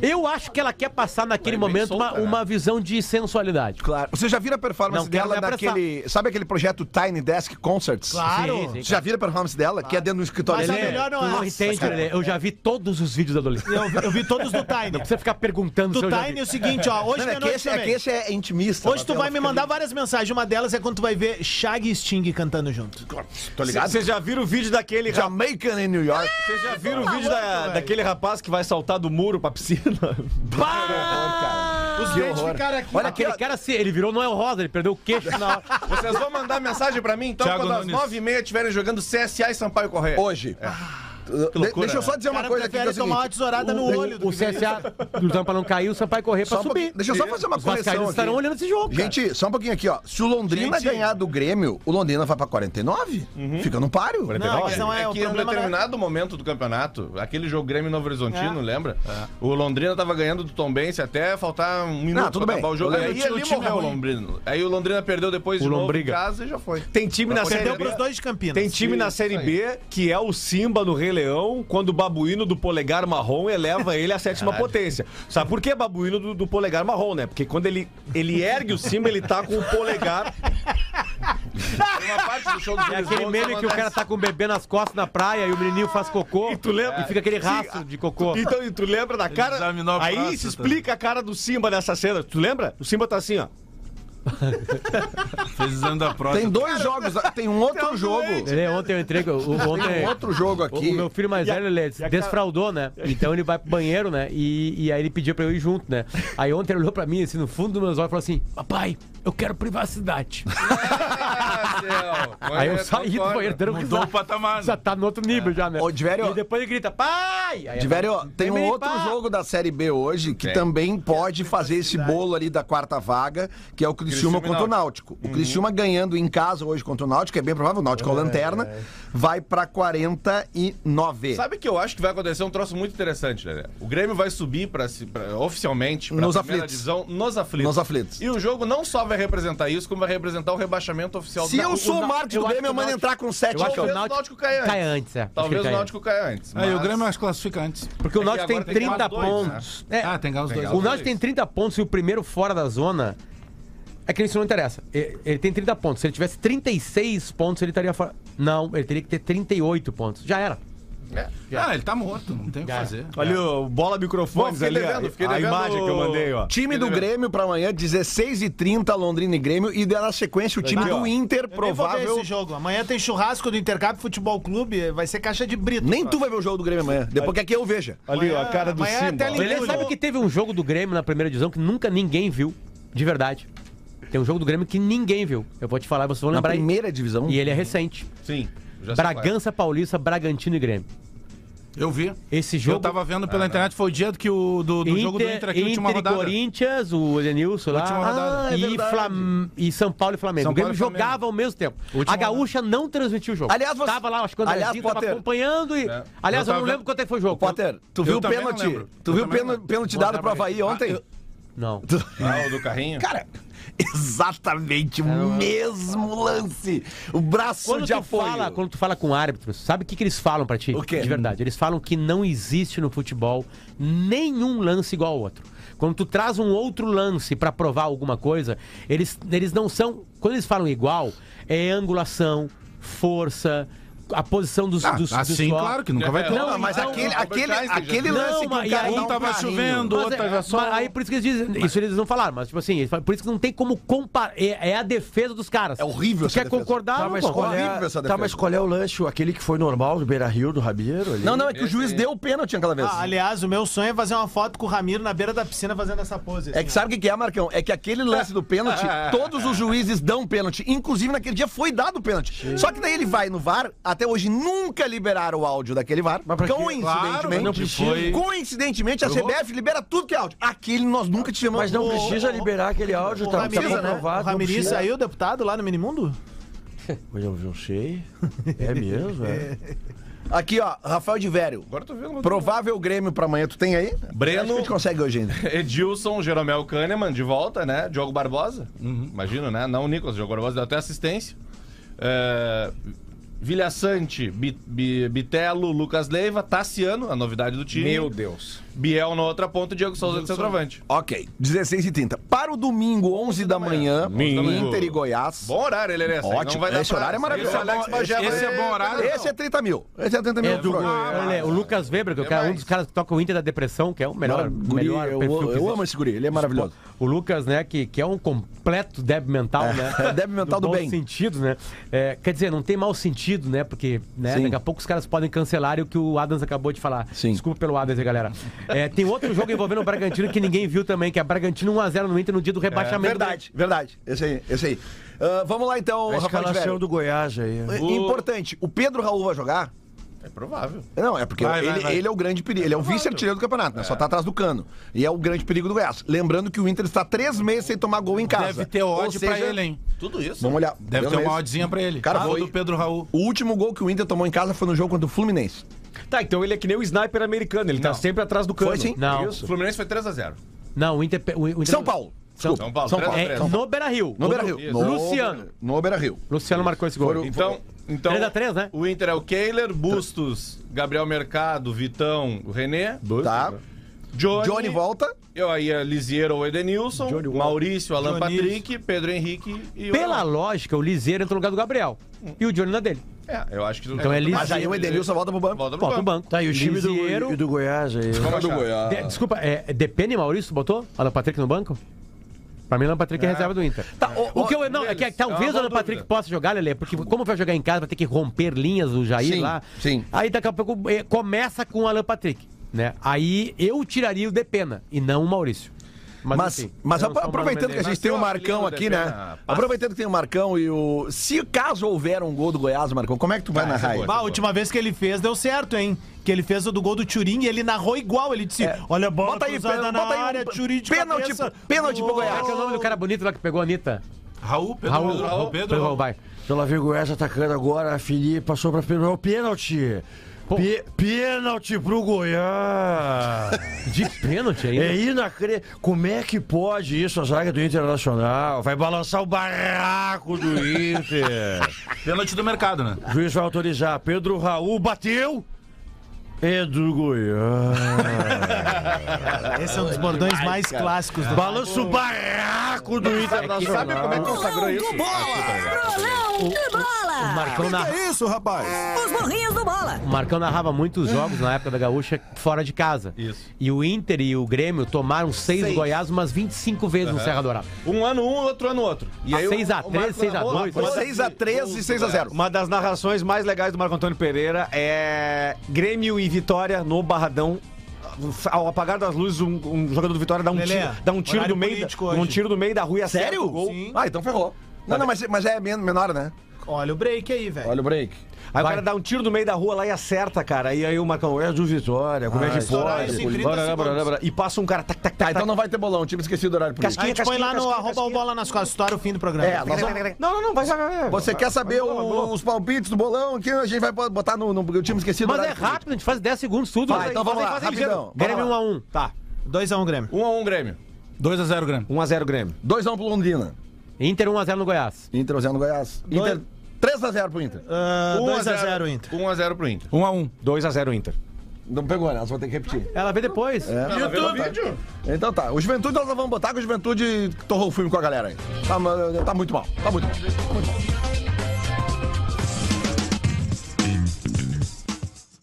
Speaker 4: Eu acho que ela quer passar naquele
Speaker 8: Vai bem
Speaker 4: momento uma,
Speaker 8: solta, né?
Speaker 4: uma visão de sensualidade.
Speaker 2: Claro. Você já viram a performance
Speaker 4: Não quero
Speaker 2: dela
Speaker 4: me apressar.
Speaker 2: naquele, sabe aquele projeto Tiny Desk Concerts?
Speaker 5: Claro.
Speaker 4: Sim, sim.
Speaker 2: Você já viram a performance dela, que é dentro do escritório
Speaker 5: Mas
Speaker 2: dela?
Speaker 5: a melhor não
Speaker 4: tu
Speaker 5: é
Speaker 4: não
Speaker 5: essa,
Speaker 4: entende, Lelê. Eu já vi todos os vídeos da Dua Lipa.
Speaker 5: Eu vi, eu vi todos do Tiny.
Speaker 4: Não precisa ficar perguntando se
Speaker 5: Do
Speaker 4: eu já vi.
Speaker 5: Tiny é o seguinte, ó. Hoje
Speaker 2: Não,
Speaker 5: de
Speaker 2: é, que
Speaker 5: noite
Speaker 2: esse, é
Speaker 5: também.
Speaker 2: que esse é intimista.
Speaker 5: Hoje tu
Speaker 2: Ela
Speaker 5: vai me
Speaker 2: fica
Speaker 5: mandar várias mensagens. Uma delas é quando tu vai ver Shag e Sting cantando junto.
Speaker 2: ali, Tô tá ligado?
Speaker 7: Vocês já viram o vídeo daquele rapaz?
Speaker 2: Jamaican em New York.
Speaker 7: Vocês já viram o vídeo da- daquele rapaz que vai saltar do muro pra piscina?
Speaker 5: Os dentes ficaram aqui.
Speaker 2: Olha aqui,
Speaker 4: Aquele
Speaker 2: ó.
Speaker 4: cara, se ele virou Noel Rosa, ele perdeu o queixo na hora.
Speaker 8: Vocês vão mandar mensagem pra mim, então,
Speaker 6: Thiago
Speaker 8: quando
Speaker 6: Nunes.
Speaker 8: às 9h30 estiverem jogando CSA e Sampaio Correia.
Speaker 2: hoje. Ah, De- deixa eu só dizer
Speaker 5: O
Speaker 2: uma
Speaker 5: cara
Speaker 2: coisa aqui. Que é
Speaker 5: prefere
Speaker 2: o
Speaker 5: tomar uma
Speaker 2: seguinte,
Speaker 5: tesourada no olho
Speaker 4: O, o
Speaker 5: do que
Speaker 4: CSA do Tampa não caiu, o Sampaio correr
Speaker 2: só
Speaker 4: pra
Speaker 2: um
Speaker 4: subir.
Speaker 2: pouquinho- deixa eu só fazer uma
Speaker 4: Os vascaínos
Speaker 2: correção
Speaker 4: estarão
Speaker 2: aqui.
Speaker 4: olhando esse jogo, cara.
Speaker 2: Gente, só um pouquinho aqui, ó. Se o Londrina
Speaker 5: Gente.
Speaker 2: ganhar do Grêmio, o Londrina vai pra 49? Fica no páreo.
Speaker 5: Não, mas não é,
Speaker 8: É
Speaker 5: o
Speaker 8: que em um
Speaker 5: problema. não é-
Speaker 8: determinado momento do campeonato, aquele jogo Grêmio e Novo Horizontino, lembra?
Speaker 2: É.
Speaker 8: O Londrina tava ganhando do Tombense até faltar um minuto
Speaker 2: tudo
Speaker 8: pra
Speaker 2: bem.
Speaker 8: acabar o jogo.
Speaker 2: Eu
Speaker 8: E
Speaker 2: lembro
Speaker 8: aí
Speaker 2: que o
Speaker 8: ali
Speaker 2: time é
Speaker 8: morreu o
Speaker 2: ruim.
Speaker 8: Londrina. Aí o Londrina perdeu depois de novo em casa e já foi.
Speaker 7: Tem time na Série
Speaker 5: Perdeu pros
Speaker 7: B.
Speaker 5: dois de Campinas.
Speaker 7: Tem time na Série B que é o Simba no Rei Leão, quando o babuíno do polegar marrom eleva ele à sétima potência. Sabe por que babuíno do, do polegar marrom, né? Porque quando ele, ele ergue o Simba, ele tá com o polegar.
Speaker 8: Uma parte do show do
Speaker 4: É aquele meme que o cara tá com o bebê nas costas na praia e o menininho faz cocô. E
Speaker 7: tu lembra?
Speaker 4: fica aquele rastro de cocô.
Speaker 7: Então, e tu lembra da cara?
Speaker 6: examinou a
Speaker 7: Aí
Speaker 6: próstata.
Speaker 7: se explica a cara do Simba nessa cena. Tu lembra? O Simba tá assim, ó.
Speaker 6: Fez exame da próstata.
Speaker 2: Tem dois jogos, tem um outro jogo.
Speaker 4: Ele, ontem eu entrei. O, o- ontem,
Speaker 2: Tem um outro jogo
Speaker 4: o,
Speaker 2: aqui.
Speaker 4: o meu filho mais velho, ele desfraudou, né? Então ele vai pro banheiro, né? E, e aí ele pediu pra eu ir junto, né? Aí ontem ele olhou pra mim, assim, no fundo dos meus olhos, e falou assim: Papai, eu quero privacidade.
Speaker 2: é,
Speaker 4: aí
Speaker 8: então
Speaker 4: eu saí do banheiro dando
Speaker 6: Mudou o
Speaker 4: risada.
Speaker 8: né?
Speaker 6: patamar.
Speaker 2: né?
Speaker 4: Já tá no outro nível, já, né?
Speaker 2: É. Ô, Diverio-
Speaker 4: E depois ele grita: Pai! Aí,
Speaker 2: Diverio, tem um
Speaker 4: Vem,
Speaker 2: outro
Speaker 4: pá!
Speaker 2: jogo da Série B hoje que também pode fazer esse bolo ali da quarta vaga, que é o Criciúma,
Speaker 8: Criciúma e
Speaker 2: contra o Náutico. Uhum. O Criciúma ganhando em casa hoje contra o Náutico, é bem provável, o Náutico é o lanterna, vai pra 49.
Speaker 8: Sabe que eu acho que vai acontecer um troço muito interessante, né? O Grêmio vai subir pra, se- pra- oficialmente pra
Speaker 2: Nos
Speaker 8: primeira
Speaker 2: aflitos.
Speaker 8: divisão nos aflitos.
Speaker 2: Nos aflitos.
Speaker 8: E o jogo não só vai representar isso, como vai representar o rebaixamento oficial
Speaker 2: Se eu sou o Marcos do
Speaker 4: eu acho
Speaker 2: Grêmio, eu
Speaker 4: que o
Speaker 2: mando
Speaker 4: Náutico-
Speaker 2: entrar com 7
Speaker 4: eu acho que o
Speaker 8: Talvez o
Speaker 4: Náutico
Speaker 8: Náutico caia antes.
Speaker 4: Cai antes, é. Acho que
Speaker 8: Talvez
Speaker 4: ele
Speaker 8: o
Speaker 4: cai
Speaker 8: Náutico caia antes.
Speaker 6: Aí o
Speaker 8: mas-
Speaker 6: Grêmio é os classificantes.
Speaker 4: antes. Porque o
Speaker 8: É que
Speaker 4: Náutico tem
Speaker 8: agora tem que
Speaker 4: 30
Speaker 8: ganhar dois, né?
Speaker 4: pontos. É,
Speaker 6: Ah, tem que ganhar os
Speaker 8: Tem
Speaker 6: dois.
Speaker 8: que ganhar
Speaker 4: O
Speaker 8: os
Speaker 4: Náutico tem 30 pontos e o primeiro fora da zona. É que isso não interessa. E- Ele tem 30 pontos. Se ele tivesse 36 pontos, ele estaria fora. Não, ele teria que ter 38 pontos. Já era.
Speaker 6: Ah, ele tá morto, não tem o que fazer.
Speaker 7: Olha o bola microfones
Speaker 8: Bom,
Speaker 7: ali,
Speaker 8: fiquei
Speaker 7: ó.
Speaker 8: devendo, fiquei
Speaker 7: a
Speaker 8: devendo
Speaker 7: imagem que eu mandei, ó.
Speaker 2: Time do Grêmio pra amanhã, 16h30, Londrina e Grêmio. E na sequência, o time
Speaker 7: Aqui, ó.
Speaker 2: do Inter,
Speaker 5: Eu nem vou ver
Speaker 2: provável.
Speaker 5: esse jogo. Amanhã tem churrasco do Intercap Futebol Clube, vai ser caixa de brito.
Speaker 2: Nem tu vai ver o jogo do Grêdio amanhã. Depois que aqui eu veja.
Speaker 7: Ali, ó, a cara do
Speaker 5: Amanhã é
Speaker 7: Simba.
Speaker 5: tele-
Speaker 7: ó.
Speaker 4: Ele
Speaker 5: Túlio.
Speaker 4: sabe que teve um jogo do Grêmio na primeira divisão que nunca ninguém viu. De verdade. Tem um jogo do Grêmio que ninguém viu. Eu vou te falar, vocês vão
Speaker 2: Na
Speaker 4: lembrar. aí.
Speaker 2: primeira divisão.
Speaker 4: E ele é recente.
Speaker 8: Sim. já sei qual é.
Speaker 4: Bragança Paulista, Bragantino e Grêmio.
Speaker 6: Eu vi.
Speaker 4: Esse
Speaker 6: Eu
Speaker 4: jogo.
Speaker 6: tava vendo pela internet, foi o dia do, que o, do, do jogo do Ah, Inter aqui, última
Speaker 4: Inter e
Speaker 6: rodada.
Speaker 4: Corinthians, o Edenilson lá.
Speaker 6: Última rodada.
Speaker 2: é
Speaker 4: Ah, e, Flam... e São Paulo e Flamengo.
Speaker 6: São
Speaker 4: o Grêmio
Speaker 6: Paulo e Flamengo.
Speaker 4: jogava ao mesmo tempo. a Gaúcha não transmitiu o jogo.
Speaker 2: Aliás, você-
Speaker 4: Tava lá, acho que o
Speaker 2: Aliás,
Speaker 4: Andrezinho tava
Speaker 2: Potter-
Speaker 4: acompanhando e... Aliás,
Speaker 6: Eu
Speaker 4: eu,
Speaker 6: tava
Speaker 4: não
Speaker 6: vendo-
Speaker 4: lembro quanto é que foi o jogo.
Speaker 2: Potter, tu
Speaker 6: Eu
Speaker 2: viu o
Speaker 6: também não
Speaker 2: pênalti?
Speaker 6: lembro.
Speaker 2: Tu
Speaker 6: Eu
Speaker 2: viu o
Speaker 6: também não
Speaker 2: pênalti,
Speaker 6: lembro.
Speaker 2: pênalti
Speaker 6: Vou
Speaker 2: dado
Speaker 6: olhar
Speaker 2: pro
Speaker 6: pra
Speaker 2: Havaí
Speaker 6: ele.
Speaker 2: ontem?
Speaker 6: Ah, eu-
Speaker 4: Não.
Speaker 8: Ah, o do carrinho?
Speaker 2: Cara, exatamente o mesmo lance. O braço
Speaker 4: Quando
Speaker 2: de
Speaker 4: tu,
Speaker 2: apoio.
Speaker 4: fala, quando tu fala com árbitros, sabe o que, que eles falam pra ti?
Speaker 2: O quê?
Speaker 4: De verdade. Eles falam que não existe no futebol nenhum lance igual ao outro. Quando tu traz um outro lance pra provar alguma coisa, eles, eles não são. Quando eles falam igual, é angulação, força, a posição dos.
Speaker 6: Ah,
Speaker 4: dos- dos
Speaker 6: assim,
Speaker 4: suor.
Speaker 6: claro que nunca vai ter.
Speaker 4: Não,
Speaker 6: um.
Speaker 2: Mas
Speaker 4: Então,
Speaker 2: aquele,
Speaker 8: Albert
Speaker 2: aquele,
Speaker 8: Einstein já-
Speaker 2: aquele
Speaker 4: Não,
Speaker 2: lance que
Speaker 4: mas-
Speaker 2: o
Speaker 4: e
Speaker 2: cara
Speaker 4: aí
Speaker 2: dá
Speaker 6: um tava
Speaker 2: carrinho.
Speaker 6: chovendo,
Speaker 4: Mas
Speaker 6: outro
Speaker 4: é-
Speaker 6: já só.
Speaker 4: mas aí por isso que eles dizem, isso eles não falaram, mas tipo assim, eles falam, por isso que não tem como comparar, é, é a defesa dos caras.
Speaker 2: É horrível
Speaker 4: Tu
Speaker 2: essa
Speaker 4: quer
Speaker 2: defesa.
Speaker 4: concordar?
Speaker 7: Tá,
Speaker 4: não
Speaker 7: mas qual
Speaker 4: concorda.
Speaker 7: é,
Speaker 2: Horrível essa
Speaker 7: tá,
Speaker 2: defesa.
Speaker 7: mas qual é o lanche? Aquele que foi normal, do Beira Rio, do Rabieiro? Ali?
Speaker 2: Não, não, é que o juiz deu o pênalti naquela vez.
Speaker 5: Ah, aliás, o meu sonho é fazer uma foto com o Ramiro na beira da piscina fazendo essa pose.
Speaker 2: É que sabe o que que é, Marcão? É que aquele lance do pênalti, todos os juízes dão pênalti. Inclusive, naquele dia foi dado pênalti. Só que daí ele vai no VAR, até hoje nunca liberaram o áudio daquele VAR.
Speaker 7: pra quê?
Speaker 2: coincidentemente.
Speaker 7: não precisa.
Speaker 2: Coincidentemente, a CBF libera tudo que é áudio. Aquele nós nunca tivemos.
Speaker 7: Mas não precisa liberar aquele áudio,
Speaker 5: O
Speaker 7: tá, tá
Speaker 5: Ramiro, né? O
Speaker 7: comprovado. não
Speaker 5: Ramiro
Speaker 7: precisa.
Speaker 5: saiu deputado lá no Minimundo?
Speaker 7: Mas eu não sei. É mesmo, é.
Speaker 2: Aqui, ó, Rafael de Vério.
Speaker 8: Agora eu tô vendo.
Speaker 2: Provável Grêmio pra amanhã, tu tem aí?
Speaker 8: Breno.
Speaker 2: Acho que a gente consegue hoje ainda.
Speaker 8: Edilson, Jeromel Kahneman de volta, né? Diogo Barbosa. Imagino, né? Não o Nicolas, Diogo Barbosa deu até assistência. É... Vilhaçante, Bi- Bi- Bitelo, Lucas Leiva, Tassiano, a novidade do time.
Speaker 7: Meu Deus.
Speaker 8: Biel na outra ponta e Diego Souza de centroavante.
Speaker 2: Ok, 16h30. Para o domingo, 11 da manhã,
Speaker 8: Domingo.
Speaker 2: Inter e Goiás.
Speaker 8: Bom horário, ele é
Speaker 2: Ótimo, esse horário é maravilhoso.
Speaker 8: Esse, Alex Bagé
Speaker 6: Esse
Speaker 8: vai-
Speaker 6: é bom horário.
Speaker 2: Esse é 30 mil. Esse é 30 mil.
Speaker 4: É, do,
Speaker 2: pro-
Speaker 4: olha, o Lucas Weber, que é o cara- um dos caras que toca o Inter da depressão, que é o melhor,
Speaker 2: Guri,
Speaker 4: melhor
Speaker 2: eu,
Speaker 4: perfil que
Speaker 2: eu
Speaker 4: existe.
Speaker 2: amo esse guri, ele é maravilhoso.
Speaker 4: O Lucas, né, que, que é um completo débil mental, né?
Speaker 2: débil mental do
Speaker 4: bom
Speaker 2: bem.
Speaker 4: sentido, né? É, quer dizer, não tem mau sentido, né? Porque né,
Speaker 2: Sim.
Speaker 4: daqui a pouco os caras podem cancelar o que o Adams acabou de falar.
Speaker 2: Sim.
Speaker 4: Desculpa pelo Adams aí, galera. É, tem outro jogo envolvendo o Bragantino que ninguém viu também, que é Bragantino 1x0 no Inter no
Speaker 7: É
Speaker 4: dia do rebaixamento.
Speaker 2: Verdade, verdade. Esse aí, esse aí. Ah, vamos lá então,
Speaker 7: A
Speaker 2: Rafael de
Speaker 7: escalação
Speaker 2: Velho.
Speaker 7: do Goiás aí.
Speaker 2: É Importante, o Pedro Raul vai jogar?
Speaker 8: É provável.
Speaker 2: Não, é porque
Speaker 6: Vai, vai,
Speaker 2: ele,
Speaker 6: vai. É.
Speaker 2: ele é o grande perigo. Ele é o vice-artilheiro do campeonato, né? Só tá atrás do cano. E é o grande perigo do Goiás. Lembrando que o Inter está três meses sem tomar gol em casa.
Speaker 6: Deve ter
Speaker 2: Ou
Speaker 6: ódio
Speaker 2: seja,
Speaker 6: pra ele, hein?
Speaker 8: Tudo isso.
Speaker 2: Vamos olhar.
Speaker 6: Deve
Speaker 2: Três
Speaker 6: ter uma
Speaker 2: meses.
Speaker 6: oddzinha pra ele.
Speaker 2: Cara,
Speaker 6: Ah, gol
Speaker 2: foi-
Speaker 6: do Pedro Raul.
Speaker 2: O último gol que o Inter tomou em casa foi no jogo contra o Fluminense.
Speaker 7: Tá, então ele é que nem o sniper americano, ele tá sempre atrás do cano.
Speaker 2: Foi sim?
Speaker 4: Não,
Speaker 8: O Fluminense foi 3x0.
Speaker 4: não, o Inter. O, o Inter
Speaker 2: São Paulo.
Speaker 4: São-
Speaker 2: Desculpa.
Speaker 8: São Paulo, três a
Speaker 4: É,
Speaker 8: três.
Speaker 4: no Beira Rio.
Speaker 2: No Beira Rio.
Speaker 4: Luciano.
Speaker 2: No Beira Rio.
Speaker 4: Luciano marcou esse gol.
Speaker 8: Então, então
Speaker 4: 3 a 3, né?
Speaker 8: o Inter é o Kehler, Bustos, Gabriel Mercado, Vitão, o René,
Speaker 2: Tá.
Speaker 8: Johnny,
Speaker 2: Johnny volta.
Speaker 8: eu aí a Lisieiro ou Edenilson, Maurício, Alan
Speaker 5: Johnny.
Speaker 8: Patrick, Pedro Henrique e o
Speaker 4: Pela
Speaker 8: Alan.
Speaker 4: lógica, o Liseiro entra no lugar do Gabriel. E o Johnny na dele.
Speaker 8: É, eu acho que
Speaker 4: Então é Lisieiro.
Speaker 2: Mas aí o Edenilson volta pro banco.
Speaker 8: volta pro
Speaker 4: Bota o
Speaker 8: banco.
Speaker 4: banco.
Speaker 7: Tá, e o time do,
Speaker 4: Lisieiro-
Speaker 7: e do Goiás aí.
Speaker 8: Vamos achar.
Speaker 4: De- desculpa, é, é Depende Maurício botou? Alan Patrick no banco? Pra mim, o Alan Patrick é, reserva do Inter.
Speaker 2: Tá, ó,
Speaker 4: o que
Speaker 2: ó,
Speaker 4: eu. Não, é que talvez o
Speaker 8: boa
Speaker 4: Alan Patrick
Speaker 8: dúvida.
Speaker 4: possa jogar, Lelê, porque como vai jogar em casa, vai ter que romper linhas do Jair
Speaker 2: Sim,
Speaker 4: lá.
Speaker 2: sim.
Speaker 4: Aí daqui a pouco eh, começa com o Alan Patrick, né? Aí eu tiraria o Depena e não o Maurício.
Speaker 2: Mas,
Speaker 4: enfim,
Speaker 2: mas
Speaker 4: eu não sou um o Bruno
Speaker 2: aproveitando que a
Speaker 4: Menezes.
Speaker 2: gente tem o
Speaker 8: Mas
Speaker 2: Marcão
Speaker 8: seu
Speaker 2: aqui,
Speaker 8: apelido,
Speaker 2: né?
Speaker 8: Depena, passa.
Speaker 2: Aproveitando que tem o Marcão e o. Se caso houver um gol do Goiás, Marcão, como é que tu vai narrar
Speaker 8: boa.
Speaker 2: isso?
Speaker 5: Bah, a última vez que ele fez deu certo, hein? Que ele fez o do gol do Turim e ele narrou igual. Ele disse: Olha a bola,
Speaker 2: Bota aí,
Speaker 5: cruzada
Speaker 2: pena-
Speaker 5: na
Speaker 2: bota aí um
Speaker 5: área,
Speaker 2: p-
Speaker 5: Turim de
Speaker 2: pênalti-
Speaker 5: cabeça.
Speaker 2: pênalti pro Goiás.
Speaker 4: Qual que é o nome do cara bonito lá que pegou a Anitta?
Speaker 6: Raul, Pedro,
Speaker 4: Raul,
Speaker 6: Pedro,
Speaker 4: Raul,
Speaker 6: Pedro,
Speaker 4: Pedro vai.
Speaker 7: Pela Vigo Goiás atacando agora, Felipe passou pra Pedro. Pênalti! Pe- Pênalti pro Goiás!
Speaker 4: De pênalti ainda.
Speaker 7: É inacreditável. Como é que pode isso, a zaga do Internacional? Vai balançar o barraco do Inter.
Speaker 6: Pênalti do mercado, né?
Speaker 7: O juiz vai autorizar. Pedro Raul bateu. É do Goiás.
Speaker 5: Esse é um dos bordões mais clássicos do
Speaker 7: Balança o barraco do Internacional.
Speaker 8: Sabe como é que consagrou isso? Ah,
Speaker 11: Rolão de
Speaker 4: O
Speaker 11: bola!
Speaker 4: Marcão, na...
Speaker 5: isso, rapaz?
Speaker 11: Os burrinhos do bola!
Speaker 4: o Marcão narrava muitos jogos na época da Gaúcha fora de casa.
Speaker 8: Isso.
Speaker 4: E o Inter e o Grêmio tomaram seis, do Goiás umas 25 vezes no Serra Dourada.
Speaker 8: Um ano um, outro ano outro. E
Speaker 4: Ah,
Speaker 8: o-
Speaker 4: 6 a
Speaker 8: o
Speaker 4: 3,
Speaker 8: Marco
Speaker 4: 6 a
Speaker 8: narrou
Speaker 4: 2.
Speaker 8: coisa
Speaker 2: 6x3 e 6x0.
Speaker 7: Uma das narrações mais legais do Marco Antônio Pereira é Grêmio e Vitória no Barradão. Ao apagar das luzes, um, um jogador do Vitória dá um
Speaker 5: Lelé,
Speaker 7: tiro, dá um tiro
Speaker 5: horário
Speaker 7: do meio,
Speaker 5: político
Speaker 7: da,
Speaker 5: hoje.
Speaker 7: um tiro do meio da rua e acerta
Speaker 2: Sério?
Speaker 7: o gol.
Speaker 5: Sim.
Speaker 2: Ah, então ferrou. Não, não, mas, mas é men- menor, né?
Speaker 5: Olha o break aí, velho.
Speaker 2: o break.
Speaker 7: Aí
Speaker 4: Vai.
Speaker 7: o cara dá um tiro no meio da rua lá e acerta, cara. E aí o Marcão, é do Vitória, como é que
Speaker 5: estourar isso em 30
Speaker 7: pode? Barará, barará,
Speaker 5: segundos.
Speaker 7: barará. E passa um cara, tac, tac,
Speaker 2: Tá,
Speaker 7: tac,
Speaker 2: então não vai ter bolão. O time esquecido do horário político.
Speaker 5: A gente põe lá no
Speaker 7: casquinha,
Speaker 5: arroba o
Speaker 7: casquinha.
Speaker 5: bola nas costas, estoura o fim do programa.
Speaker 2: É, nós vamos-
Speaker 7: tac. Não, não, não, vai jogar.
Speaker 2: Você quer saber o- os palpites do bolão? Que a gente vai botar no, no time esquecido do
Speaker 4: Mas é
Speaker 2: horário político.
Speaker 4: rápido, a gente faz 10 segundos tudo.
Speaker 2: Vai, então vamos lá,
Speaker 4: um
Speaker 2: rapidão.
Speaker 4: Grêmio
Speaker 2: Vamos lá.
Speaker 4: 1x1.
Speaker 7: Tá.
Speaker 5: 2x1 Grêmio.
Speaker 8: Um a um Grêmio.
Speaker 6: 2x0, Grêmio.
Speaker 7: 1x0 Grêmio.
Speaker 2: 2x1 pro Londrina.
Speaker 4: Inter 1x0 no Goiás.
Speaker 2: Inter 1x0 no Goiás. Inter 3x0 pro Inter.
Speaker 5: Ah,
Speaker 8: Um
Speaker 5: 2x0 Inter.
Speaker 8: 1 a 0 pro Inter.
Speaker 6: 1x1.
Speaker 7: 2x0 Inter.
Speaker 2: Não pegou, né? Nós vamos ter que repetir. É.
Speaker 4: Ela vê depois.
Speaker 8: YouTube.
Speaker 2: Então tá. O Juventude nós não vamos botar, que o Juventude torrou o filme com a galera aí. Tá, tá muito mal. Tá muito mal.